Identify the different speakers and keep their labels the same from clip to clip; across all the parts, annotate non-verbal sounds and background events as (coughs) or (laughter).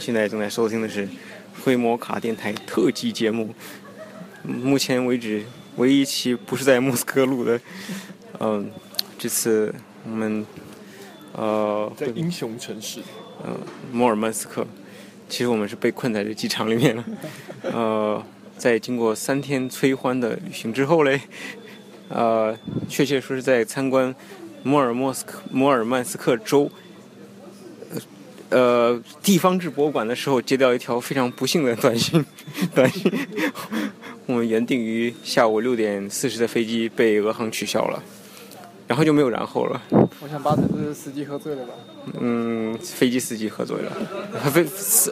Speaker 1: 现在正在收听的是灰摩卡电台特辑节目，目前为止唯一一期不是在莫斯科录的。嗯，这次我们呃
Speaker 2: 在英雄城市，
Speaker 1: 呃，摩尔曼斯克，其实我们是被困在这机场里面了。呃，在经过三天催欢的旅行之后嘞，呃，确切说是在参观摩尔莫斯克摩尔曼斯克州呃呃地方志博物馆的时候，接到一条非常不幸的短信， (laughs) 短信，我们原定于下午六点四十的飞机被俄航取消了，然后就没有然后了。
Speaker 3: 我想八成是司机喝醉了吧？
Speaker 1: 嗯，飞机司机喝醉了，飞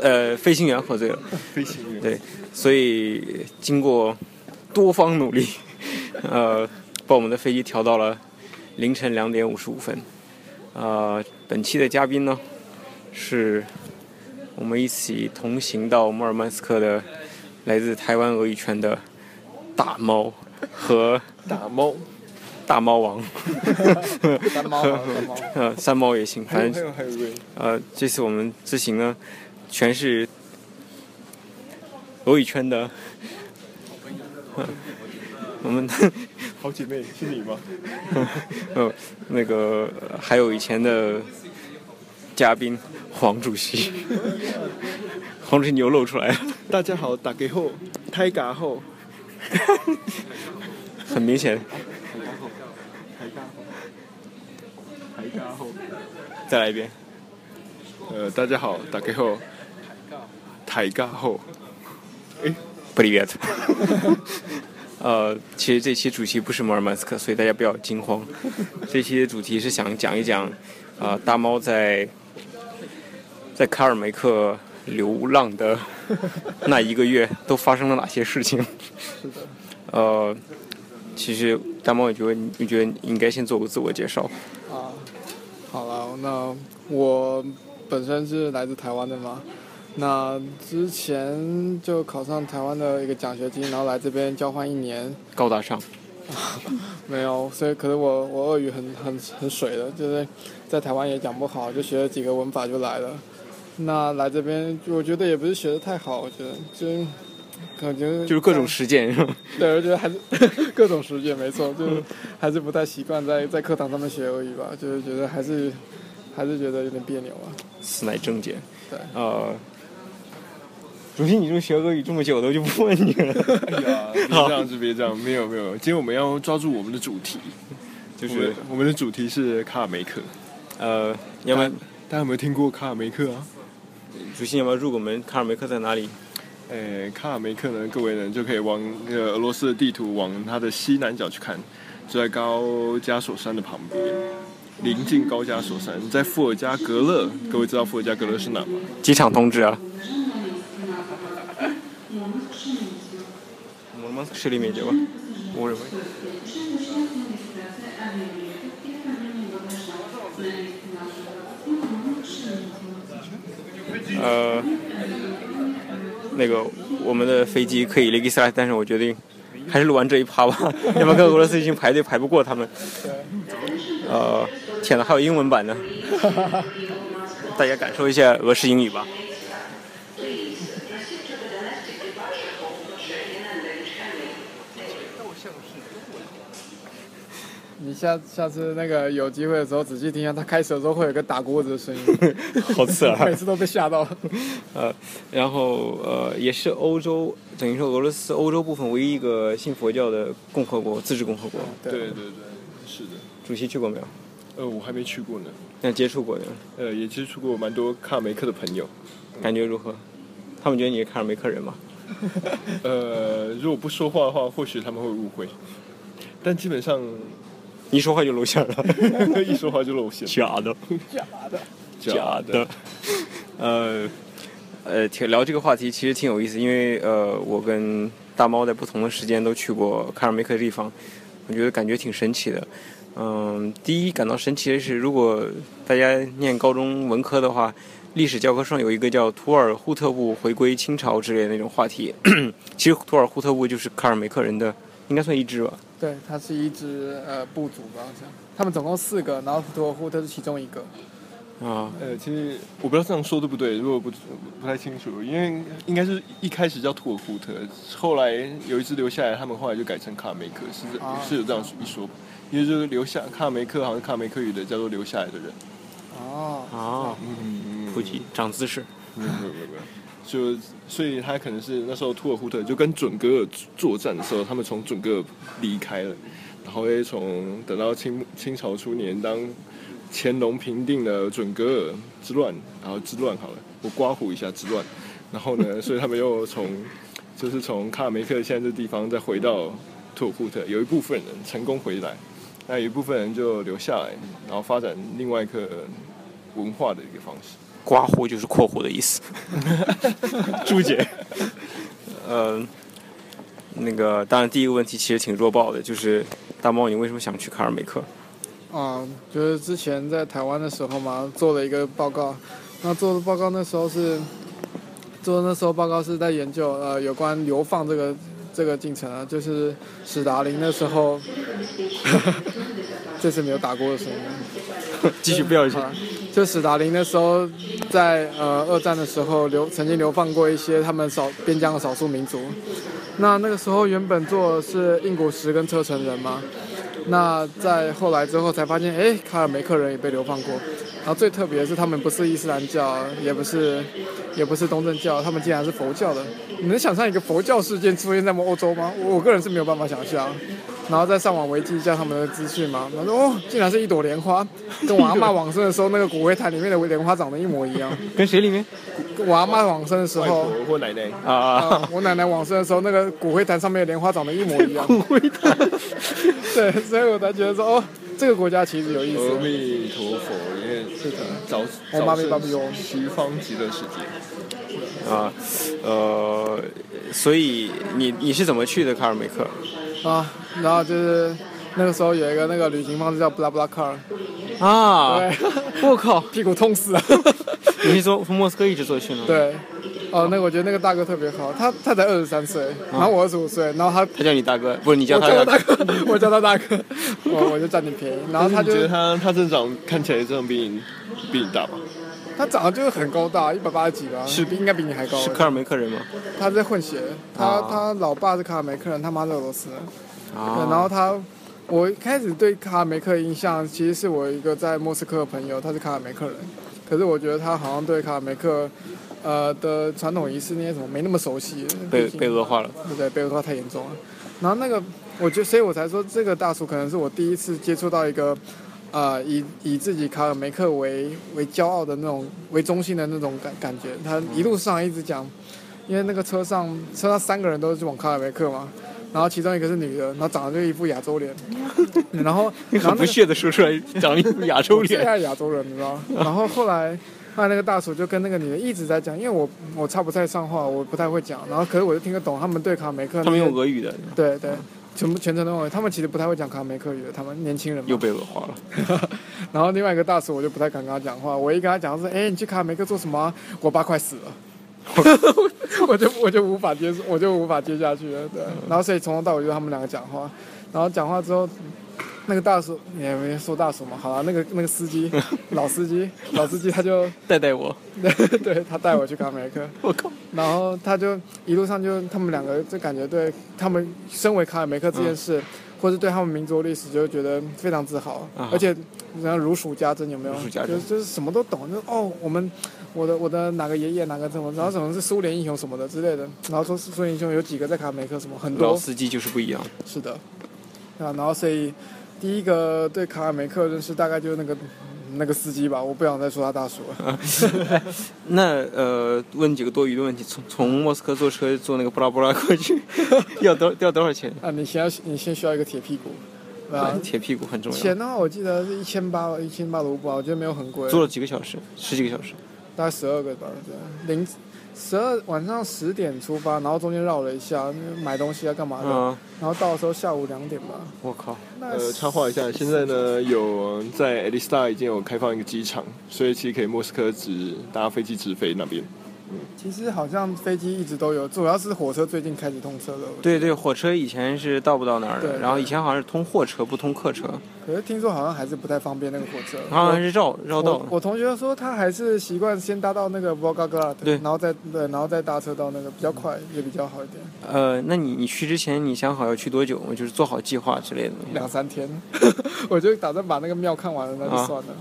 Speaker 1: 呃飞行员喝醉了，
Speaker 2: 飞行员
Speaker 1: 对，所以经过多方努力，呃，把我们的飞机调到了凌晨两点五十五分。呃，本期的嘉宾呢，是我们一起同行到摩尔曼斯克的来自台湾俄语圈的大猫和
Speaker 2: 打猫，
Speaker 1: 大猫王，
Speaker 3: 单猫啊，单
Speaker 2: (laughs)
Speaker 3: 猫。
Speaker 1: 呃，三猫也行，
Speaker 2: 还
Speaker 1: 反
Speaker 2: 有
Speaker 1: 正
Speaker 2: 还有还有人，
Speaker 1: 呃，这次我们之行呢，全是俄语圈的，嗯我们 (laughs)
Speaker 2: 好姐妹是你吗？
Speaker 1: 呃那个呃还有以前的嘉宾黄主席， (laughs) 黄主席你又露出来了，
Speaker 2: 大家好，打给后，胎嘎后，
Speaker 1: 很明显，
Speaker 2: 胎嘎后，胎嘎后。
Speaker 1: 再来一遍，
Speaker 2: 呃，大家好，打给后，抬嘎后，
Speaker 1: 不理解。 (laughs) 呃，其实这期主题不是摩尔曼斯克，所以大家不要惊慌。这期的主题是想讲一讲，呃，大猫在在卡尔梅克流浪的那一个月都发生了哪些事情。呃，其实大猫，我觉得你我觉得你应该先做个自我介绍。
Speaker 3: 啊，好了，那我本身是来自台湾的嘛，那之前就考上台湾的一个奖学金，然后来这边交换一年，
Speaker 1: 高大上，
Speaker 3: 没有，所以可是我我俄语很很很水的，就是在台湾也讲不好，就学了几个文法就来了。那来这边，我觉得也不是学的太好，我觉得嗯就感觉
Speaker 1: 就是各种实践， (laughs) 是吧？
Speaker 3: 对，我觉得还是 (laughs) 各种实践没错，就是还是不太习惯在在课堂上面学俄语吧，就是觉得还是还是觉得有点别扭啊。
Speaker 1: 此乃正解。
Speaker 3: 对
Speaker 1: 呃，主席，你这么学俄语这么久的，我就不问你了。 (laughs)
Speaker 2: 哎呀，别这样子，别这样，没有没有，今天我们要抓住我们的主题，
Speaker 1: 就
Speaker 2: 我们
Speaker 1: 是
Speaker 2: 我们的主题是卡尔梅克，
Speaker 1: 呃，要不然
Speaker 2: 大家有没有听过卡尔梅克啊？
Speaker 1: 主席，要不要入个门？卡尔梅克在哪里？
Speaker 2: 诶，哎卡尔梅克呢，各位呢就可以往那个俄罗斯的地图往它的西南角去看，就在高加索山的旁边，临近高加索山，在伏尔加格勒。各位知道伏尔加格勒是哪吗？
Speaker 1: 机场通知啊。市里面去吧，我认为。呃，那个我们的飞机可以 l e g i s l a 但是我决定还是录完这一趴吧， (laughs) 要不然跟俄罗斯已经排队排不过他们。呃，天哪，还有英文 (laughs) 版呢，大家感受一下俄式英语吧。
Speaker 3: 你下下次那个有机会的时候仔细听一下，他开始的时候会有一个打锅子的声音，
Speaker 1: (laughs) 好刺耳啊
Speaker 3: 每次都被吓到。 (laughs)
Speaker 1: 呃， (laughs) 然后呃，也是欧洲，等于说俄罗斯欧洲部分唯一一个信佛教的共和国，自治共和国。
Speaker 2: 对对对，是的。
Speaker 1: 主席去过没有？
Speaker 2: 呃，我还没去过呢。
Speaker 1: 那接触过的，
Speaker 2: 呃，也接触过蛮多卡尔梅克的朋友。
Speaker 1: 感觉如何？他们觉得你是卡尔梅克人吗？
Speaker 2: 呃，如果不说话的话，或许他们会误会，但基本上 (laughs)
Speaker 1: 一说话就露馅了，
Speaker 2: 一说话就露馅。
Speaker 1: (laughs) 假的，假的。 (laughs) 呃，呃，挺聊这个话题其实挺有意思，因为呃，我跟大猫在不同的时间都去过卡尔梅克地方，我觉得感觉挺神奇的。嗯，第一感到神奇的是，如果大家念高中文科的话，历史教科书上有一个叫图尔扈特部回归清朝之类的那种话题。 (coughs) 其实图尔扈特部就是卡尔梅克人的，应该算一支吧。
Speaker 3: 对，它是一支呃部族吧，好像他们总共四个，然后图尔扈特是其中一个。
Speaker 1: 啊，
Speaker 2: 呃，其实我不知道这样说对不对，如果不不太清楚，因为应该是一开始叫土尔库特，后来有一支留下来，他们后来就改成卡梅克，是这
Speaker 3: 啊
Speaker 2: 是有这样一说，因为就是留下卡梅克，好像卡梅克语的叫做留下来的人。
Speaker 3: 哦，
Speaker 1: 哦，
Speaker 2: 嗯，
Speaker 1: 普及长姿势，
Speaker 2: 没有没有没有没有，嗯就所以他可能是那时候土尔扈特就跟准格尔作战的时候，他们从准格尔离开了，然后又从等到清清朝初年，当乾隆平定了准格尔之乱，然后之乱好了，我刮胡一下之乱，然后呢， (laughs) 所以他们又从就是从卡尔梅克现在这地方再回到土尔扈特，有一部分人成功回来。那有一部分人就留下来，然后发展另外一个文化的一个方式。
Speaker 1: 刮胡就是括弧的意 (laughs) 思。
Speaker 2: 朱姐，
Speaker 1: 呃，那个当然第一个问题其实挺弱爆的，就是大猫，你为什么想去卡尔梅克？
Speaker 3: 啊，就是之前在台湾的时候嘛，做了一个报告，那做的报告那时候是，做的那时候报告是在研究呃有关流放这个这个进程啊，就是史达林那时候， (laughs) 这次没有打过的声音。
Speaker 1: 继续不要
Speaker 3: 啊，就史达林那时候在呃二战的时候流曾经流放过一些他们少边疆的少数民族。那那个时候原本做的是印古什跟车臣人嘛，那在后来之后才发现，哎，卡尔梅克人也被流放过。然后最特别的是，他们不是伊斯兰教，也不是，也不是东正教，他们竟然是佛教的。你能想象一个佛教事件出现在我们欧洲吗？我我个人是没有办法想象。然后再上网维基一下他们的资讯嘛，然后说哦，竟然是一朵莲花，跟我阿妈往生的时候那个骨灰坛里面的莲花长得一模一样。
Speaker 1: 跟谁里面？哦
Speaker 3: 跟我阿妈往生的时
Speaker 2: 外
Speaker 3: 候，
Speaker 2: 婆或奶奶，
Speaker 1: 啊，
Speaker 3: (laughs) 啊我奶奶往生的时候，那个骨灰坛上面的莲花长得一模一样。骨灰坛，对，所以我才觉得说，哦，这个国家其实有意
Speaker 2: 阿
Speaker 3: 思。
Speaker 2: 弥陀佛，因为是的，早
Speaker 3: 哦妈咪
Speaker 2: 早
Speaker 3: 巴咪哦
Speaker 2: 生西方极乐世界。
Speaker 1: 啊， (laughs) 呃，所以你你是怎么去的卡尔梅克？
Speaker 3: 啊，然后就是那个时候有一个那个旅行方式叫 blah blah car，
Speaker 1: 啊，
Speaker 3: 对
Speaker 1: 我靠，
Speaker 3: (laughs) 屁股痛死了。
Speaker 1: 你是从从莫斯科一直坐去呢？，
Speaker 3: 对，哦，那个我觉得那个大哥特别好，他他才二十三岁，然后我二十五岁，然后他
Speaker 1: 他叫你大哥，不是你叫
Speaker 3: 我
Speaker 1: 他
Speaker 3: 叫他
Speaker 1: 大
Speaker 3: 大
Speaker 1: 哥。
Speaker 3: 哥，我叫他大哥， (laughs) 我我就占你便宜，然后他
Speaker 2: (laughs) 你
Speaker 3: 就
Speaker 2: 觉得啊他他这长看起来这样比你比你大吧？
Speaker 3: 他长得就是很高大，一百八十几吧，
Speaker 1: 是
Speaker 3: 比应该比你还高。
Speaker 1: 是卡尔梅克人吗？
Speaker 3: 他在混血，他、
Speaker 1: 啊
Speaker 3: 他老爸是卡尔梅克人，他妈是俄罗斯人。对，然
Speaker 1: 啊，
Speaker 3: 后他，我一开始对卡尔梅克印象其实是我一个在莫斯科的朋友，他是卡尔梅克人，可是我觉得他好像对卡尔梅克，呃的传统仪式那些什么没那么熟悉，
Speaker 1: 被
Speaker 3: 毕竟
Speaker 1: 被恶化了。
Speaker 3: 对对，被恶化太严重了。然后那个，我觉得，所以我才说这个大叔可能是我第一次接触到一个，呃，以以自己卡尔梅克为为骄傲的那种为中心的那种感感觉。他一路上一直讲，因为那个车上车上三个人都是往卡尔梅克嘛，然后其中一个是女的，然后长得就一副亚
Speaker 1: (laughs)
Speaker 3: 洲脸，然后
Speaker 1: 你
Speaker 3: 然
Speaker 1: 很
Speaker 3: 后那
Speaker 1: 不
Speaker 3: 个
Speaker 1: 屑的说出来，长一副亚洲 (laughs)
Speaker 3: 我最
Speaker 1: 脸。
Speaker 3: 爱亚洲人，你知道吗？然后后来，后来那个大叔就跟那个女的一直在讲，因为我我插不太上话，我不太会讲，然后可是我就听得懂他们对卡尔梅克那
Speaker 1: 他们
Speaker 3: 个
Speaker 1: 用俄语的，
Speaker 3: 对对，全部全程都会。他们其实不太会讲卡梅克语的，他们年轻人
Speaker 1: 又
Speaker 3: 嘛。
Speaker 1: 被恶化了。
Speaker 3: 然后另外一个大叔，我就不太敢跟他讲话。我一跟他讲是，哎，你去卡梅克做什么啊、我爸快死了。我就我就无法接受，我就无法接下去了。对，然后所以从头到尾就他们两个讲话，然后讲话之后，那个大叔也没说大叔嘛，好了，那个那个司机老司机老司机他就 (laughs)
Speaker 1: 带带我，
Speaker 3: 对他带我去卡梅克，
Speaker 1: 我靠，
Speaker 3: 然后他就一路上就他们两个就感觉对他们身为卡尔梅克这件事，或是对他们民族历史，就觉得非常自豪，
Speaker 1: 嗯啊
Speaker 3: 而且然后如数家珍，有没有？
Speaker 1: 如数家珍
Speaker 3: 就就是什么都懂，就是哦，我们我的我的哪个爷爷哪个什么，然后什么是苏联英雄什么的之类的，然后说苏联英雄有几个在卡尔梅克什么很
Speaker 1: 老
Speaker 3: 多，
Speaker 1: 司机就是不一样。
Speaker 3: 是的，啊，然后所以第一个对卡尔梅克认识大概就是那个那个司机吧，我不想再说他大叔了。
Speaker 1: (laughs) 那呃，问几个多余的问题，从从莫斯科坐车坐那个布拉布拉过去， (laughs) 要多要多少钱？
Speaker 3: 啊，你先要你先需要一个铁屁
Speaker 1: (laughs)
Speaker 3: 股，啊，
Speaker 1: 铁屁股很重要。
Speaker 3: 钱的话，我记得是一千八吧，一千八卢布啊，我觉得没有很贵，
Speaker 1: 坐了几个小时？十几个小时？
Speaker 3: 大概十二个吧，对，零十二晚上十点出发，然后中间绕了一下，买东西啊干嘛的，
Speaker 1: 啊，
Speaker 3: 然后到的时候下午两点吧。
Speaker 1: 我靠，
Speaker 3: 那
Speaker 2: 呃，插话一下，现在呢有在 Elista 已经有开放一个机场，所以其实可以莫斯科直搭飞机直飞那边。
Speaker 3: 其实好像飞机一直都有，主要是火车最近开始通车了。
Speaker 1: 对对，火车以前是到不到哪儿的，
Speaker 3: 对
Speaker 1: 然后以前好像是通货车不通客车，
Speaker 3: 可是听说好像还是不太方便那个火车。
Speaker 1: 好像是绕绕
Speaker 3: 我
Speaker 1: 道
Speaker 3: 我。我同学说他还是习惯先搭到那个 v o g a g r a d
Speaker 1: 对
Speaker 3: 然后再对，然后再搭车到那个比较快，也比较好一点，
Speaker 1: 呃，那你你去之前你想好要去多久吗？就是做好计划之类的。
Speaker 3: 两三天。 (laughs) 我就打算把那个庙看完了，那就
Speaker 1: 啊
Speaker 3: 算了。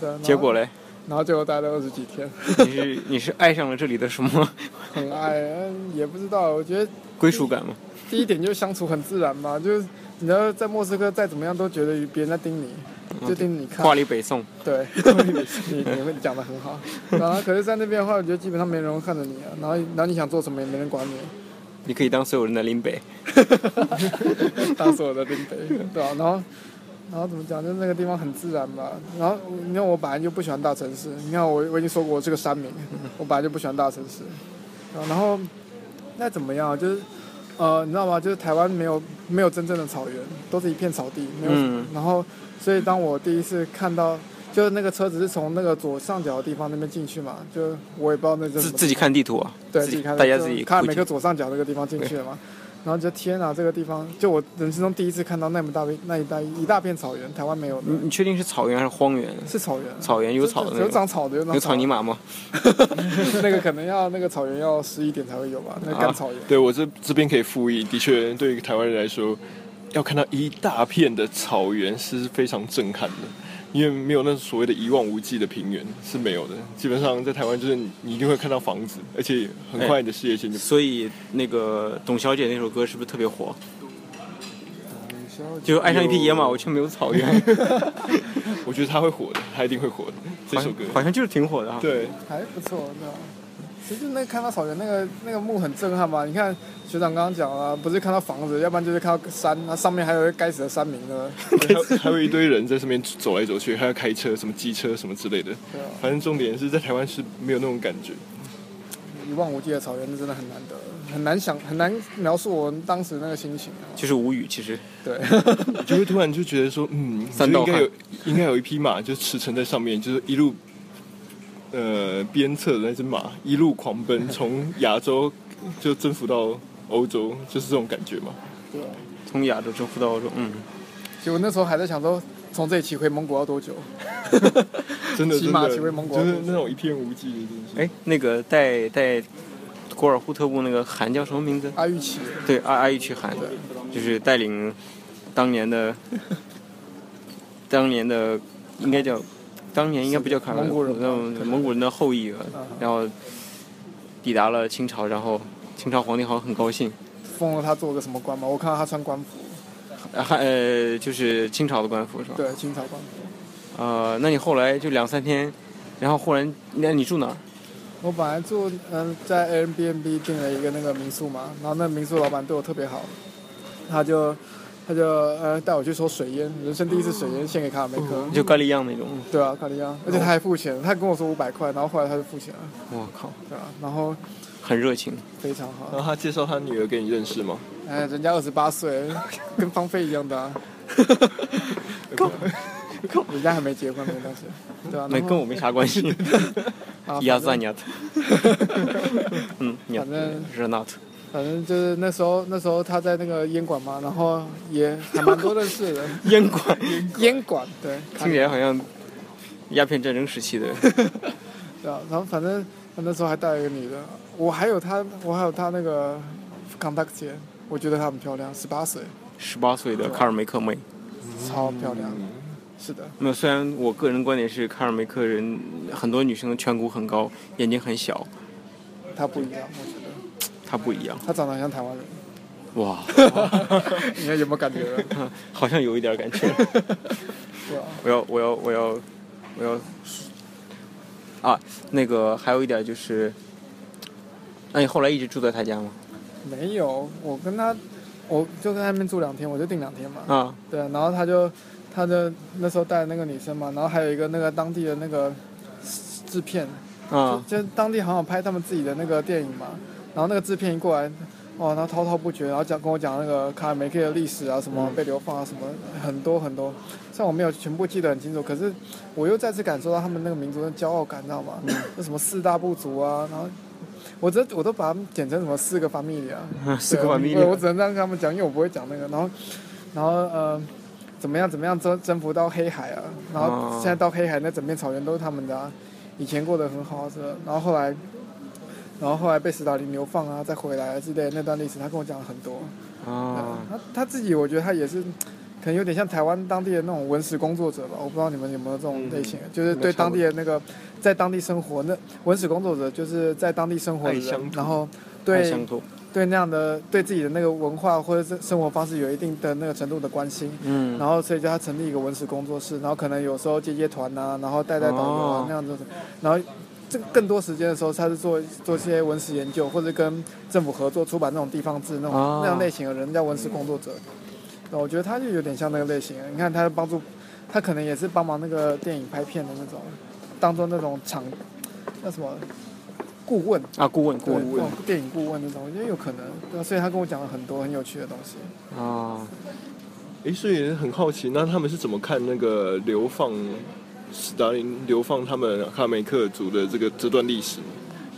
Speaker 3: 对，啊然后
Speaker 1: 结果嘞，
Speaker 3: 然后结果待了二十几天，
Speaker 1: 你是你是爱上了这里的什么 (laughs)
Speaker 3: 很爱，嗯也不知道。我觉得
Speaker 1: 归属感吗？
Speaker 3: 第一点就是相处很自然嘛，就是你知道在莫斯科再怎么样都觉得别人在盯你，
Speaker 1: 嗯
Speaker 3: 就盯你看。
Speaker 1: 挂历北宋，
Speaker 3: 对， (laughs) 你你会讲的很好。然后可是，在那边的话，我觉得基本上没人会看着你啊。然后，然后你想做什么也没人管你，
Speaker 1: 你可以当所有人的林北。
Speaker 3: (laughs) 当时我的林北，对啊吧、然后，然后怎么讲？就是那个地方很自然吧。然后，你看我本来就不喜欢大城市，你看我我已经说过我是个山民，我本来就不喜欢大城市。然后然后，那怎么样？啊就是。呃，你知道吗？就是台湾没有没有真正的草原，都是一片草地，没有什么。
Speaker 1: 嗯
Speaker 3: 然后，所以当我第一次看到，就是那个车子是从那个左上角的地方那边进去嘛，就我也不知道那是
Speaker 1: 自
Speaker 3: 什么
Speaker 1: 自己看地图啊，
Speaker 3: 对，
Speaker 1: 自己
Speaker 3: 看的，
Speaker 1: 大家
Speaker 3: 就
Speaker 1: 自己
Speaker 3: 看
Speaker 1: 估
Speaker 3: 每
Speaker 1: 计
Speaker 3: 个左上角那个地方进去
Speaker 1: (laughs)
Speaker 3: 了嘛。然后就天啊哪，这个地方就我人生中第一次看到那么大片那一大一大片草原，台湾没有的
Speaker 1: 你，你确定是草原还是荒原？
Speaker 3: 是草原，
Speaker 1: 嗯
Speaker 3: 啊
Speaker 1: 草原有草的
Speaker 3: 就
Speaker 1: 那
Speaker 3: 就
Speaker 1: 种
Speaker 3: 有长草的，有长
Speaker 1: 有草泥，马吗？
Speaker 3: (laughs) 那个可能要那个草原要十一点才会有吧，那
Speaker 1: 啊
Speaker 3: 个干草原。
Speaker 2: 对我这这边可以复议，的确对于台湾人来说，要看到一大片的草原是非常震撼的，因为没有那所谓的一望无际的平原是没有的。基本上在台湾就是你你一定会看到房子，而且很快你的视野线就
Speaker 1: 所以那个董小姐那首歌是不是特别火？就爱上一匹野马，我却没有草原， (laughs)
Speaker 2: 我觉得他会火的，他一定会火的这
Speaker 1: 好
Speaker 2: 首
Speaker 1: 像
Speaker 2: 歌。
Speaker 3: 哎
Speaker 1: 好像就是挺火的哈。
Speaker 2: 对，
Speaker 3: 还不错，对吧？其实那个看到草原那个那个墓很震撼嘛，你看学长刚刚讲了，不是看到房子，要不然就是看到山，那上面还有一个该死的山民呢，
Speaker 2: 还还有一堆人在上面走来走去，还要开车，什么机车什么之类的。
Speaker 3: 对啊，
Speaker 2: 反正重点是在台湾是没有那种感觉。
Speaker 3: 一望无际的草原真的很难得，很难想很难描述我当时那个心情啊。
Speaker 1: 就是无语，其实
Speaker 3: 对，
Speaker 2: 就会突然就觉得说，嗯，就
Speaker 1: 三道
Speaker 2: 应
Speaker 1: 汉
Speaker 2: 该有应该有一匹马就驰骋在上面，就是一路呃鞭策的那只马一路狂奔，从亚洲就征服到欧洲，就是这种感觉嘛。
Speaker 3: 对啊。
Speaker 1: 从亚洲征服到欧洲，嗯，
Speaker 3: 就我那时候还在想说，从这里骑回蒙古要多久？
Speaker 2: 真的
Speaker 3: 骑
Speaker 2: 真
Speaker 3: 马
Speaker 2: 的，
Speaker 3: 骑回蒙古
Speaker 2: 就是那种一片无际的东西。
Speaker 1: 哎，那个带带古尔扈特部那个韩叫什么名字？
Speaker 3: 阿玉骑，
Speaker 1: 对，阿阿玉去韩，就是带领当年的当年的应该叫当年应该不叫卡拉
Speaker 3: 蒙古人吧啊
Speaker 1: 那种蒙古人的后裔，啊然后抵达了清朝，然后清朝皇帝好像很高兴。
Speaker 3: 封了他做个什么官吗？我看到他穿官服，
Speaker 1: 啊还呃，就是清朝的官服是吧？。
Speaker 3: 对，清朝官服。
Speaker 1: 呃，那你后来就两三天，然后忽然，那你住哪儿？
Speaker 3: 我本来住嗯、在 Airbnb 订了一个那个民宿嘛，然后那民宿老板对我特别好，他就他就呃带我去抽水烟，人生第一次水烟献给卡尔梅克，
Speaker 1: 就咖喱样那种。
Speaker 3: 对啊，卡利亚，而且他还付钱，他跟我说五百块，然后后来他就付钱了，
Speaker 1: 我靠，
Speaker 3: 对啊，然后
Speaker 1: 很热
Speaker 3: (laughs)
Speaker 1: 情。
Speaker 3: 非常好，
Speaker 2: 然后他介绍他女儿给你认识吗？
Speaker 3: 哎，人家二十八岁，跟芳菲一样的、啊。人家还没结婚呢，当时，对吧、啊？
Speaker 1: 那跟我没啥关 (laughs) 系。 (laughs)
Speaker 3: 啊，
Speaker 1: 亚
Speaker 3: 反
Speaker 1: 赞
Speaker 3: 正
Speaker 1: 亚特。嗯，亚
Speaker 3: 反正
Speaker 1: 热纳特。
Speaker 3: 反正就是那时候，那时候他在那个烟馆嘛，然后也还蛮多认识的。
Speaker 1: 烟馆，
Speaker 3: (laughs) 烟馆，对，
Speaker 1: 听起来好像鸦片战争时期 (laughs) 的。
Speaker 3: 对啊，然后反正我那时候还带了一个女的，我还有她，我还有她那个 contact 姐，我觉得她很漂亮，十八岁，
Speaker 1: 十八岁的卡尔梅克妹。
Speaker 3: 超漂亮。是的，
Speaker 1: 那虽然我个人观点是卡尔梅克人很多女生的颧骨很高，眼睛很小，
Speaker 3: 她不一样，我觉得
Speaker 1: 她不一样。
Speaker 3: 她长得很像台湾人， (laughs)
Speaker 1: 哇，
Speaker 3: 你看有没有感觉？
Speaker 1: (laughs) 好像有一点感 (laughs) 觉。
Speaker 3: 对啊。
Speaker 1: 我要我要我要我要啊，那个还有一点就是，那你后来一直住在他家吗？
Speaker 3: 没有，我跟他，我就跟他们住两天，我就订两天嘛。
Speaker 1: 啊，
Speaker 3: 对，然后他就，他就那时候带那个女生嘛，然后还有一个那个当地的那个制片，
Speaker 1: 啊，
Speaker 3: 就就当地好像有拍他们自己的那个电影嘛，然后那个制片一过来，哦，他滔滔不绝，然后讲跟我讲那个卡尔梅克的历史啊，什么被流放啊，什么很多很多，虽然我没有全部记得很清楚，可是我又再次感受到他们那个民族的骄傲感，你知道吗？那什么四大部族啊，然后我这我都把他们简称什么四个 family 啊，
Speaker 1: (laughs) 四个
Speaker 3: 对
Speaker 1: family
Speaker 3: 我我只能这样跟他们讲，因为我不会讲那个，然后然后呃。怎么样？怎么样征征服到黑海啊？然后
Speaker 1: 哦
Speaker 3: 现在到黑海那整片草原都是他们的啊，以前过得很好啊，是吧然后后来然后后来被斯大林流放啊，再回来啊之类的那段历史，他跟我讲了很多。
Speaker 1: 啊，
Speaker 3: 他他自己，我觉得他也是，可能有点像台湾当地的那种文史工作者吧。我不知道你们有没有这种类型，就是对当地的那个在当地生活那文史工作者，就是在当地生活的
Speaker 2: 爱乡
Speaker 3: 人，
Speaker 2: 土
Speaker 3: 然后
Speaker 1: 太
Speaker 3: 对
Speaker 1: 乡土，
Speaker 3: 对那样的对自己的那个文化或者是生活方式有一定的那个程度的关心。
Speaker 1: 嗯，
Speaker 3: 然后所以叫他成立一个文史工作室，然后可能有时候接接团呐、然后带带导游啊、
Speaker 1: 哦
Speaker 3: 那样子，然后这个更多时间的时候，他是做做一些文史研究，或者跟政府合作出版那种地方志那种、
Speaker 1: 哦
Speaker 3: 那样类型的人叫文史工作者。那我觉得他就有点像那个类型，你看他帮助，他可能也是帮忙那个电影拍片的那种，当做那种场那什么顾问。
Speaker 1: 啊，顾问，顾问，
Speaker 3: 对那种电影顾问那种，我觉得有可能，对啊所以他跟我讲了很多很有趣的东西。
Speaker 1: 啊，
Speaker 2: 诶，所以很好奇，那他们是怎么看那个流放斯大林流放他们哈梅克族的这个这段历史呢？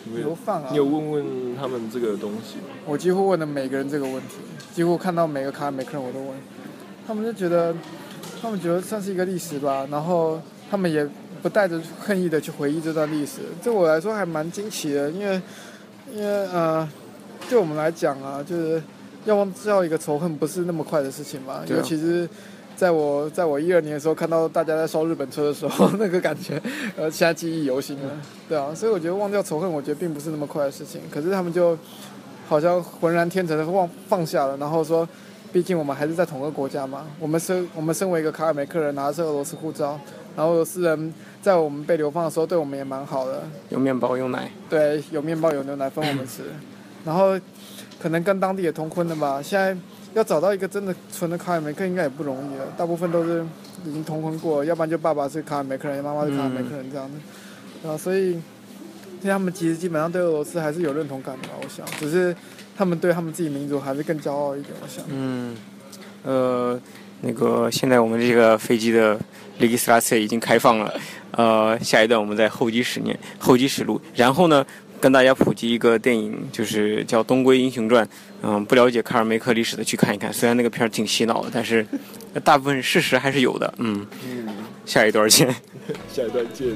Speaker 2: 有没有
Speaker 3: 流放啊，
Speaker 2: 你有问问他们这个东西吗？
Speaker 3: 我几乎问了每个人这个问题，几乎看到每个卡每个人我都问，他们就觉得，他们觉得算是一个历史吧，然后他们也不带着恨意的去回忆这段历史，对我来说还蛮惊奇的，因为，因为呃，对我们来讲啊，就是要忘掉一个仇恨不是那么快的事情嘛，
Speaker 1: 对啊
Speaker 3: 尤其是。在我在我一二年的时候看到大家在烧日本车的时候，那个感觉，呃，现在记忆犹新了，对啊，所以我觉得忘掉仇恨，我觉得并不是那么快的事情。可是他们就好像浑然天成的忘放下了，然后说，毕竟我们还是在同个国家嘛，我们身我们身为一个卡尔梅克人，拿的是俄罗斯护照，然后俄罗斯人在我们被流放的时候对我们也蛮好的，
Speaker 1: 有面包，有奶，
Speaker 3: 对，有面包有牛奶分我们吃，然后可能跟当地也同婚的吧，现在。要找到一个真的纯的卡尔梅克应该也不容易了，大部分都是已经同婚过了，要不然就爸爸是卡尔梅克人，妈妈是卡尔梅克人这样的，然后所以，所以他们其实基本上对俄罗斯还是有认同感的吧，我想，只是他们对他们自己民族还是更骄傲一点，我想。
Speaker 1: 嗯，呃，那个现在我们这个飞机的 l e g i s l a c i a 已经开放了，呃，下一段我们在候机室念候机室录，然后呢，跟大家普及一个电影，就是叫《东归英雄传》，嗯，不了解卡尔梅克历史的去看一看，虽然那个片儿挺洗脑的，但是大部分事实还是有的，嗯，下一段见。
Speaker 2: 下一段见。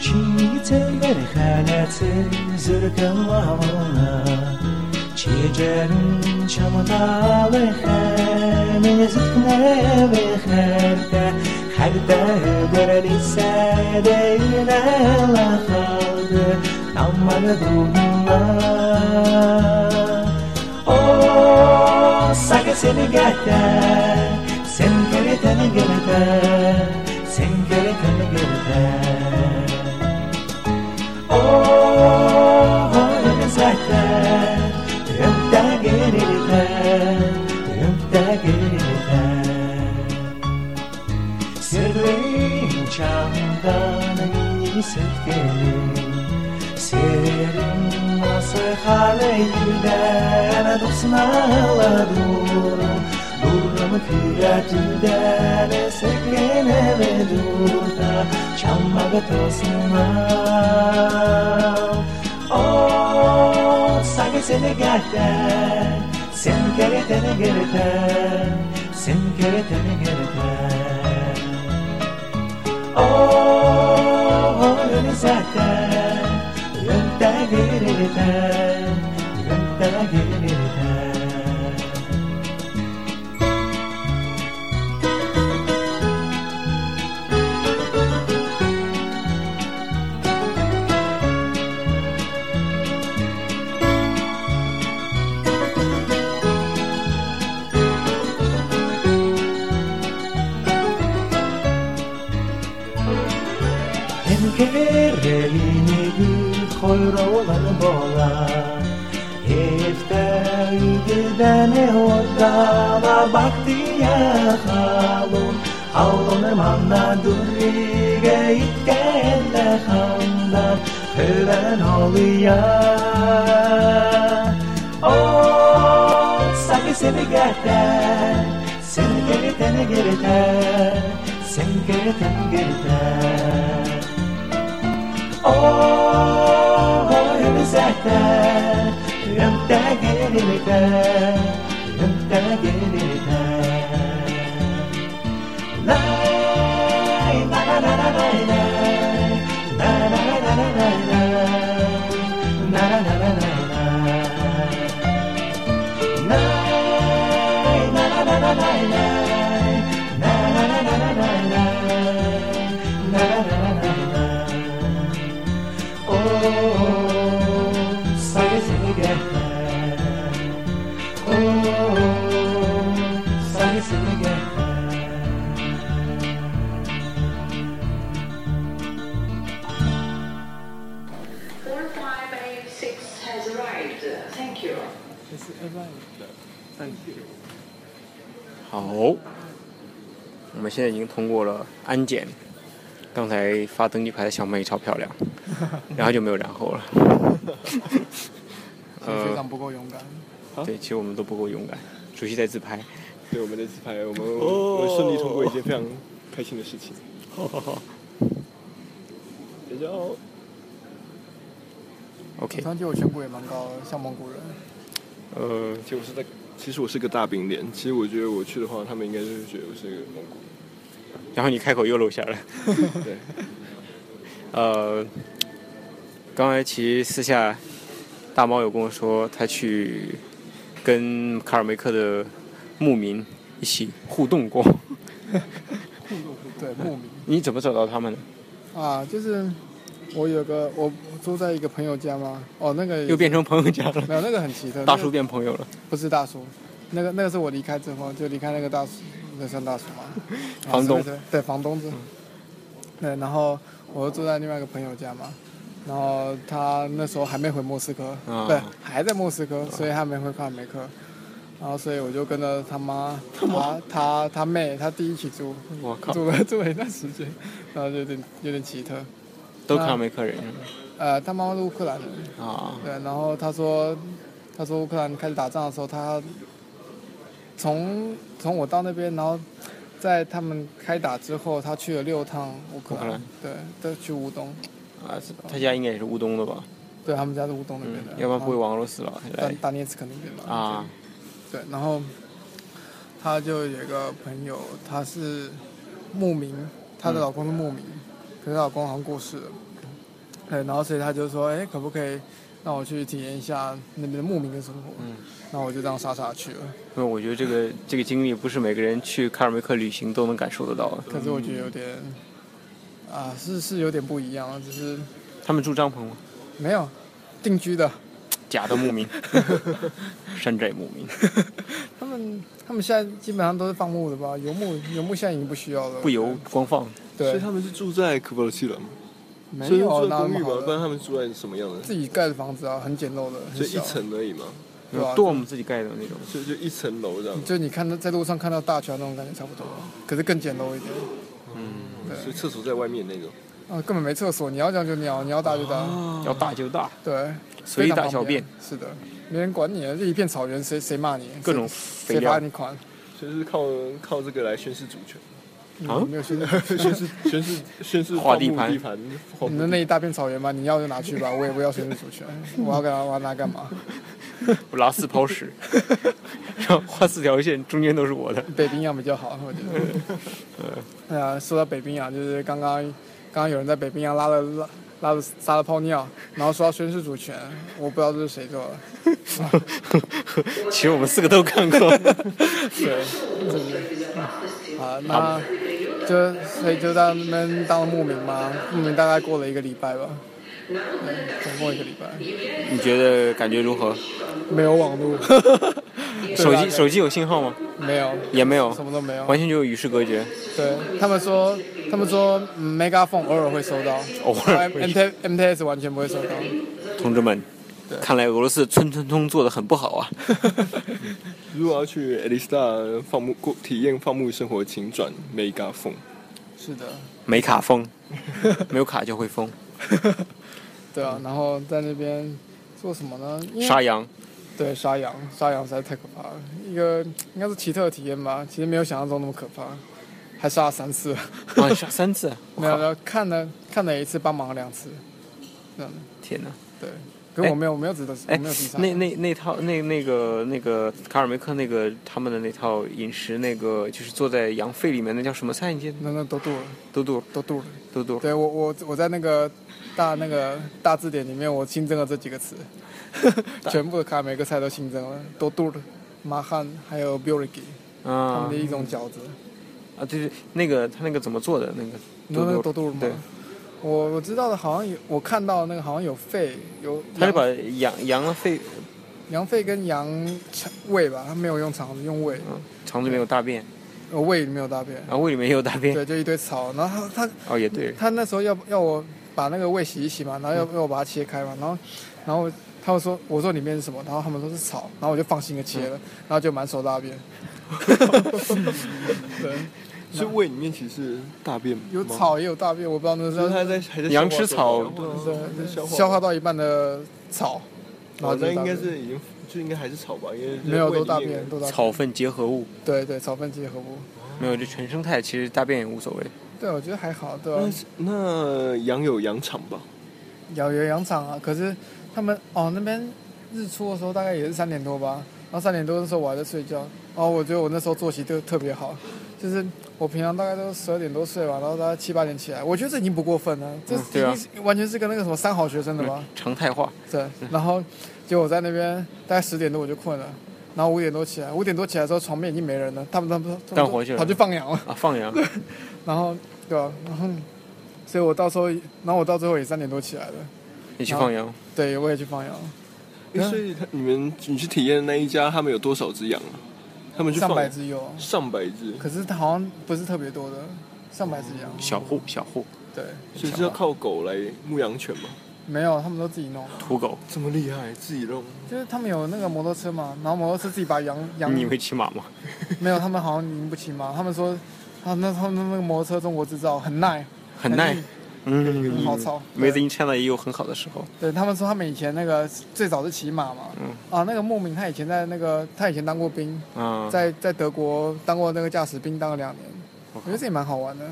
Speaker 4: چیتن بر خلت زرگوانا چیجرن چمدا و خمن زخنه و خرده خرده در لیسه دینا لخالده نمان دولا O sakın seni gete Sen geri teni geride Sen geri teni geride O Oh, oyunu zaten Röpte geride Röpte geride Sırrın çamdanın iyi sevdiğim Serin nasıl haleyden Dostunala dur Durumu küratüden Seklene ve durda Çalmaga tosuna Oh, sakın seni gerden Sen geritene geriden Sen geritene geriden Oğlunu zaten Yönte gelirden Yönte gelirden Hem kerelini gül хоёр уулан бола Эвтэй гидэнэ удама бактия халу Аулонер манна дүрриге иткэнлэ хандар Хэвэн олия О, саки сени гэтэн Сени гэрэтэн гэрэтэн Сени гэрэтэн гэрэтэн Oh, hur sätter Runt äger i lite Runt äger i lite Nej, nej, nej, nej, nej, nej Nej, nej, nej, nej, nej, nej Nej, nej, nej, nej, nej Nej, nej, nej, nej, nej, nej Nej, nej, nej, nej, nej, nej Nej, nej, nej, nej, nej О, сая синегэ. О, сая синегэ.
Speaker 5: Four five eight six has arrived. Thank you.
Speaker 1: 好，我们现在已经通过了安检，刚才发登机牌的小妹超漂亮，然后就没有然后了。
Speaker 3: 非
Speaker 1: 呃，
Speaker 3: 嗯常不够勇敢。
Speaker 1: 对，其实我们都不够勇敢，主席在自拍。
Speaker 2: 对我们的自拍，我们我们顺利通过一件非常开心的事情。大家好，
Speaker 1: OK，
Speaker 3: 团结我颧骨也蛮高的，像蒙古人。
Speaker 2: 呃，其实我是在，其实我是个大饼脸，其实我觉得我去的话，他们应该就是觉得我是一个蒙古
Speaker 1: 然后你开口又露馅了。
Speaker 2: 人。对，
Speaker 1: 呃，刚才其实私下大猫有跟我说，他去跟卡尔梅克的牧民一起互动过。
Speaker 3: 对，牧民。
Speaker 1: 你怎么找到他们的？
Speaker 3: 啊，就是我有个我住在一个朋友家嘛，哦，那个
Speaker 1: 又变成朋友家了，
Speaker 3: 没有那个很奇特，
Speaker 1: 大
Speaker 3: 那
Speaker 1: 叔
Speaker 3: 个
Speaker 1: 变朋友了。
Speaker 3: 不是大叔，那个那个是我离开之后就离开那个大叔，那算大叔吗？
Speaker 1: (laughs)
Speaker 3: 啊
Speaker 1: 房东嗯
Speaker 3: 是不是对房东之后，对，然后我又住在另外一个朋友家嘛。然后他那时候还没回莫斯科，
Speaker 1: 啊
Speaker 3: 对，还在莫斯科，所以他没回卡美克。然后，所以我就跟着他妈、他他他妹、他弟一起住，
Speaker 1: 我靠，
Speaker 3: 住了 (laughs) 住了一段时间，然后就有点有点奇特。
Speaker 1: 都卡尔梅克人是吗
Speaker 3: 呃，他妈妈是乌克兰人，
Speaker 1: 啊，
Speaker 3: 对，然后他说，他说乌克兰开始打仗的时候，他从从我到那边，然后在他们开打之后，他去了六趟乌克
Speaker 1: 乌克
Speaker 3: 兰
Speaker 1: 兰，
Speaker 3: 对，都去乌东，
Speaker 1: 啊，是他家应该也是乌东的吧？
Speaker 3: 对他们家是乌东那边
Speaker 1: 嗯
Speaker 3: 的，，
Speaker 1: 要不然不会
Speaker 3: 往
Speaker 1: 往俄罗斯了。
Speaker 3: 大
Speaker 1: 来
Speaker 3: 大涅茨克那边嘛，
Speaker 1: 啊，
Speaker 3: 对，然后他就有一个朋友，他是牧民，她
Speaker 2: 嗯
Speaker 3: 的老公是牧民，可是她老公好像过世了，对，然后所以他就说，哎，可不可以让我去体验一下那边的牧民的生活？嗯，那我就这样傻傻去了。
Speaker 1: 因为我觉得这个这个经历不是每个人去卡尔梅克旅行都能感受得到的。
Speaker 3: 可是我觉得有点，啊，是是有点不一样，啊只是
Speaker 1: 他们住帐篷吗？
Speaker 3: 没有定居的，
Speaker 1: 假的牧民， (laughs) 山寨牧民，
Speaker 3: 他们他们现在基本上都是放牧的吧？游牧游牧现在已经不需要了，
Speaker 1: 不由光放。
Speaker 2: 所
Speaker 3: 对
Speaker 2: 以，他们是住在科波罗契了吗？
Speaker 3: 没
Speaker 2: 所以
Speaker 3: 有啊
Speaker 2: 住在
Speaker 3: 那
Speaker 2: 公寓
Speaker 3: 么
Speaker 2: 嘛，
Speaker 3: 好
Speaker 2: 不然
Speaker 3: 的
Speaker 2: 他们住在什么样的？
Speaker 3: 自己盖的房子啊，很简陋的，
Speaker 2: 就
Speaker 3: 很
Speaker 2: 一
Speaker 3: 小。
Speaker 2: 层而已嘛，
Speaker 1: 有
Speaker 3: 对啊
Speaker 1: dorm 自己盖的那种，
Speaker 2: 就就一层楼这样。
Speaker 3: 就你看到在路上看到大桥那种感觉差不多，可是更简陋一点。
Speaker 2: 所以厕所在外面那种。
Speaker 3: 啊，根本没厕所，你要这样就尿，你要大就大，
Speaker 1: 要大就大，
Speaker 3: 对，
Speaker 1: 啊随意
Speaker 3: 非常
Speaker 1: 大小
Speaker 3: 方便
Speaker 1: 便，
Speaker 3: 是的，没人管你，这一片草原，谁谁骂你，
Speaker 1: 各种肥
Speaker 3: 谁谁罚
Speaker 1: 料
Speaker 3: 你款，
Speaker 2: 就是靠靠这个来宣示主权，
Speaker 1: 啊
Speaker 3: 嗯没有宣
Speaker 2: 宣示 (laughs) 宣示宣示
Speaker 1: 划地
Speaker 2: 放牧
Speaker 1: 盘
Speaker 2: 地盘，划
Speaker 3: (laughs) 你
Speaker 2: 牧
Speaker 3: 的那一大片草原嘛，你要就拿去
Speaker 1: (laughs)
Speaker 3: 吧，我也不要宣誓主权，啊我要给他，我要拿干嘛
Speaker 1: 我拉四泡 (laughs) 屎，然后画四条线，中间都是我的。
Speaker 3: 北冰洋比较好，我觉得。
Speaker 1: (laughs)
Speaker 3: 对啊，说到北冰洋，就是刚刚刚刚有人在北冰洋拉了拉拉了撒了泡尿，然后说要宣誓主权，我不知道这是谁做的。
Speaker 1: 啊 (laughs) 其实我们四个都看过， (laughs)
Speaker 3: 对，就是啊，那就所以就在那边当了牧民嘛，牧民大概过了一个礼拜吧，对，总共一个礼拜，
Speaker 1: 你觉得感觉如何？
Speaker 3: 没有网
Speaker 1: (laughs)
Speaker 3: 络，
Speaker 1: 手
Speaker 3: 对
Speaker 1: 机
Speaker 3: 吧
Speaker 1: 手机有信号吗？
Speaker 3: 没有，
Speaker 1: 也没有，
Speaker 3: 什么都没有。
Speaker 1: 完全就与世隔绝。
Speaker 3: 对他们说，他们说、嗯、Megaphone 偶尔会收到，
Speaker 1: 偶尔会
Speaker 3: MT MTS 完全不会收到。
Speaker 1: 同志们，看来俄罗斯村村通做的很不好啊。
Speaker 2: 如果要去 e l i s t a 放牧过体验放牧生活，请转 Mega Phone。
Speaker 3: 是的，
Speaker 1: 没卡疯，
Speaker 3: (laughs)
Speaker 1: 没有卡就会疯。
Speaker 3: 对啊，然后在那边做什么呢？因为
Speaker 1: 杀羊，
Speaker 3: 对，杀羊，杀羊实在太可怕了。一个应该是奇特的体验吧，其实没有想象中那么可怕，还杀了三次。
Speaker 1: 啊，杀三次，我
Speaker 3: (laughs) 没有，没
Speaker 1: 靠！
Speaker 3: 有看了看了一次，帮忙了两次，这样的
Speaker 1: 天哪！
Speaker 3: 对。可是
Speaker 1: 哎
Speaker 3: 我没有，我没有指的，我
Speaker 1: 哎
Speaker 3: 没有指杀，
Speaker 1: 那那那套那那个那个卡尔梅克那个他们的那套饮食，那个就是坐在羊肺里面，那叫什么菜？你记得？
Speaker 3: 那那都肚了，
Speaker 1: 嘟嘟
Speaker 3: 都肚了。
Speaker 1: 嘟嘟。
Speaker 3: 对我我我在那个大那个大字典里面，我新增了这
Speaker 1: (laughs)
Speaker 3: 几个词，全部的卡每个菜都新增了，多肚了、马汉还有 b u r i k i 他
Speaker 1: 啊
Speaker 3: 们的一种饺子，
Speaker 1: 啊，对对，那个他那个怎么做的？那个
Speaker 3: 你知道那个多肚
Speaker 1: 对
Speaker 3: 吗？我我知道的好像有，我看到那个好像有肺，有
Speaker 1: 他是
Speaker 3: 羊
Speaker 1: 把羊羊的肺
Speaker 3: 羊肺跟羊肠胃吧，他没有用肠子，用胃，
Speaker 1: 嗯，肠子里面有大便，
Speaker 3: 呃胃里面有大便，
Speaker 1: 然后胃里面也有大便。
Speaker 3: 对，就一堆草，然后他他
Speaker 1: 哦，也对，
Speaker 3: 他那时候要要我把那个胃洗一洗嘛，然后要要我把它切开嘛，然后然后他们说我说里面是什么，然后他们说是草，然后我就放心的切了，然后就满手大便。对，
Speaker 2: 所以胃里面其实是大便吗
Speaker 3: 有，草也有大便，我不知道那
Speaker 2: 所以它 (laughs)
Speaker 3: 是
Speaker 2: 在还在
Speaker 1: 羊吃草啊
Speaker 2: 对啊
Speaker 3: 对啊消化到一半的草，然
Speaker 2: 哦
Speaker 3: 后，就
Speaker 2: 那应
Speaker 3: 大
Speaker 2: 该
Speaker 3: 便
Speaker 2: 是已经就应该还是草吧，因为
Speaker 3: 没有
Speaker 2: 胃
Speaker 3: 都
Speaker 2: 里
Speaker 3: 大
Speaker 2: 面
Speaker 3: 便都大便，
Speaker 1: 草粪结合物，
Speaker 3: 对对草粪结合物，
Speaker 1: 没有，就全生态，其实大便也无所谓。
Speaker 3: 对我觉得还好，对啊吧、
Speaker 2: 那是那羊有羊场吧？
Speaker 3: 有有羊场啊，可是他们哦那边日出的时候大概也是三点多吧，然后三点多的时候我还在睡觉，然后我觉得我那时候作息特特别好，就是我平常大概都十二点多睡吧，然后大概七八点起来，我觉得这已经不过分了，这
Speaker 1: 嗯对啊嗯
Speaker 3: 已经完全是个那个什么三好学生的吧，
Speaker 1: 常态化，
Speaker 3: 对，然后结果我在那边大概十点多我就困了。然后五点多起来，五点多起来之后床边已经没人了，他们他们他
Speaker 1: 干
Speaker 3: 们
Speaker 1: 活去了
Speaker 3: 跑去放羊了。
Speaker 1: 啊，放羊，
Speaker 3: 然后对吧、然后所以我到时候，然后我到最后也三点多起来了，
Speaker 1: 你去
Speaker 3: 啊
Speaker 1: 放羊，
Speaker 3: 对，我也去放羊。
Speaker 2: 诶
Speaker 3: 嗯
Speaker 2: 所以他你们你去体验那一家，他们有多少只羊啊？他们去
Speaker 3: 上
Speaker 2: 放
Speaker 3: 百只有，
Speaker 2: 上百只，
Speaker 3: 可是它好像不是特别多的，上百只羊。
Speaker 1: 小户小户
Speaker 3: 对，
Speaker 2: 所以是要靠狗来牧羊犬吗？
Speaker 3: 没有，他们都自己弄的。
Speaker 1: 土狗，
Speaker 2: 这么厉害，自己弄。
Speaker 3: 就是他们有那个摩托车嘛，然后摩托车自己把羊羊
Speaker 1: 你会骑马吗？
Speaker 3: 没有，他们好像赢不起嘛。他们说，啊，那他们那个摩托车中国制造，很耐，
Speaker 1: 很耐
Speaker 3: 硬，
Speaker 1: 嗯，
Speaker 3: 很好操。
Speaker 1: Made in China 也有很好的时候，
Speaker 3: 对他们说，他们以前那个最早是骑马嘛，
Speaker 1: 嗯
Speaker 3: 啊，那个莫名他以前在那个他以前当过兵，
Speaker 1: 啊，
Speaker 3: 在在德国当过那个驾驶兵，当了两年，我觉得这也蛮好玩的。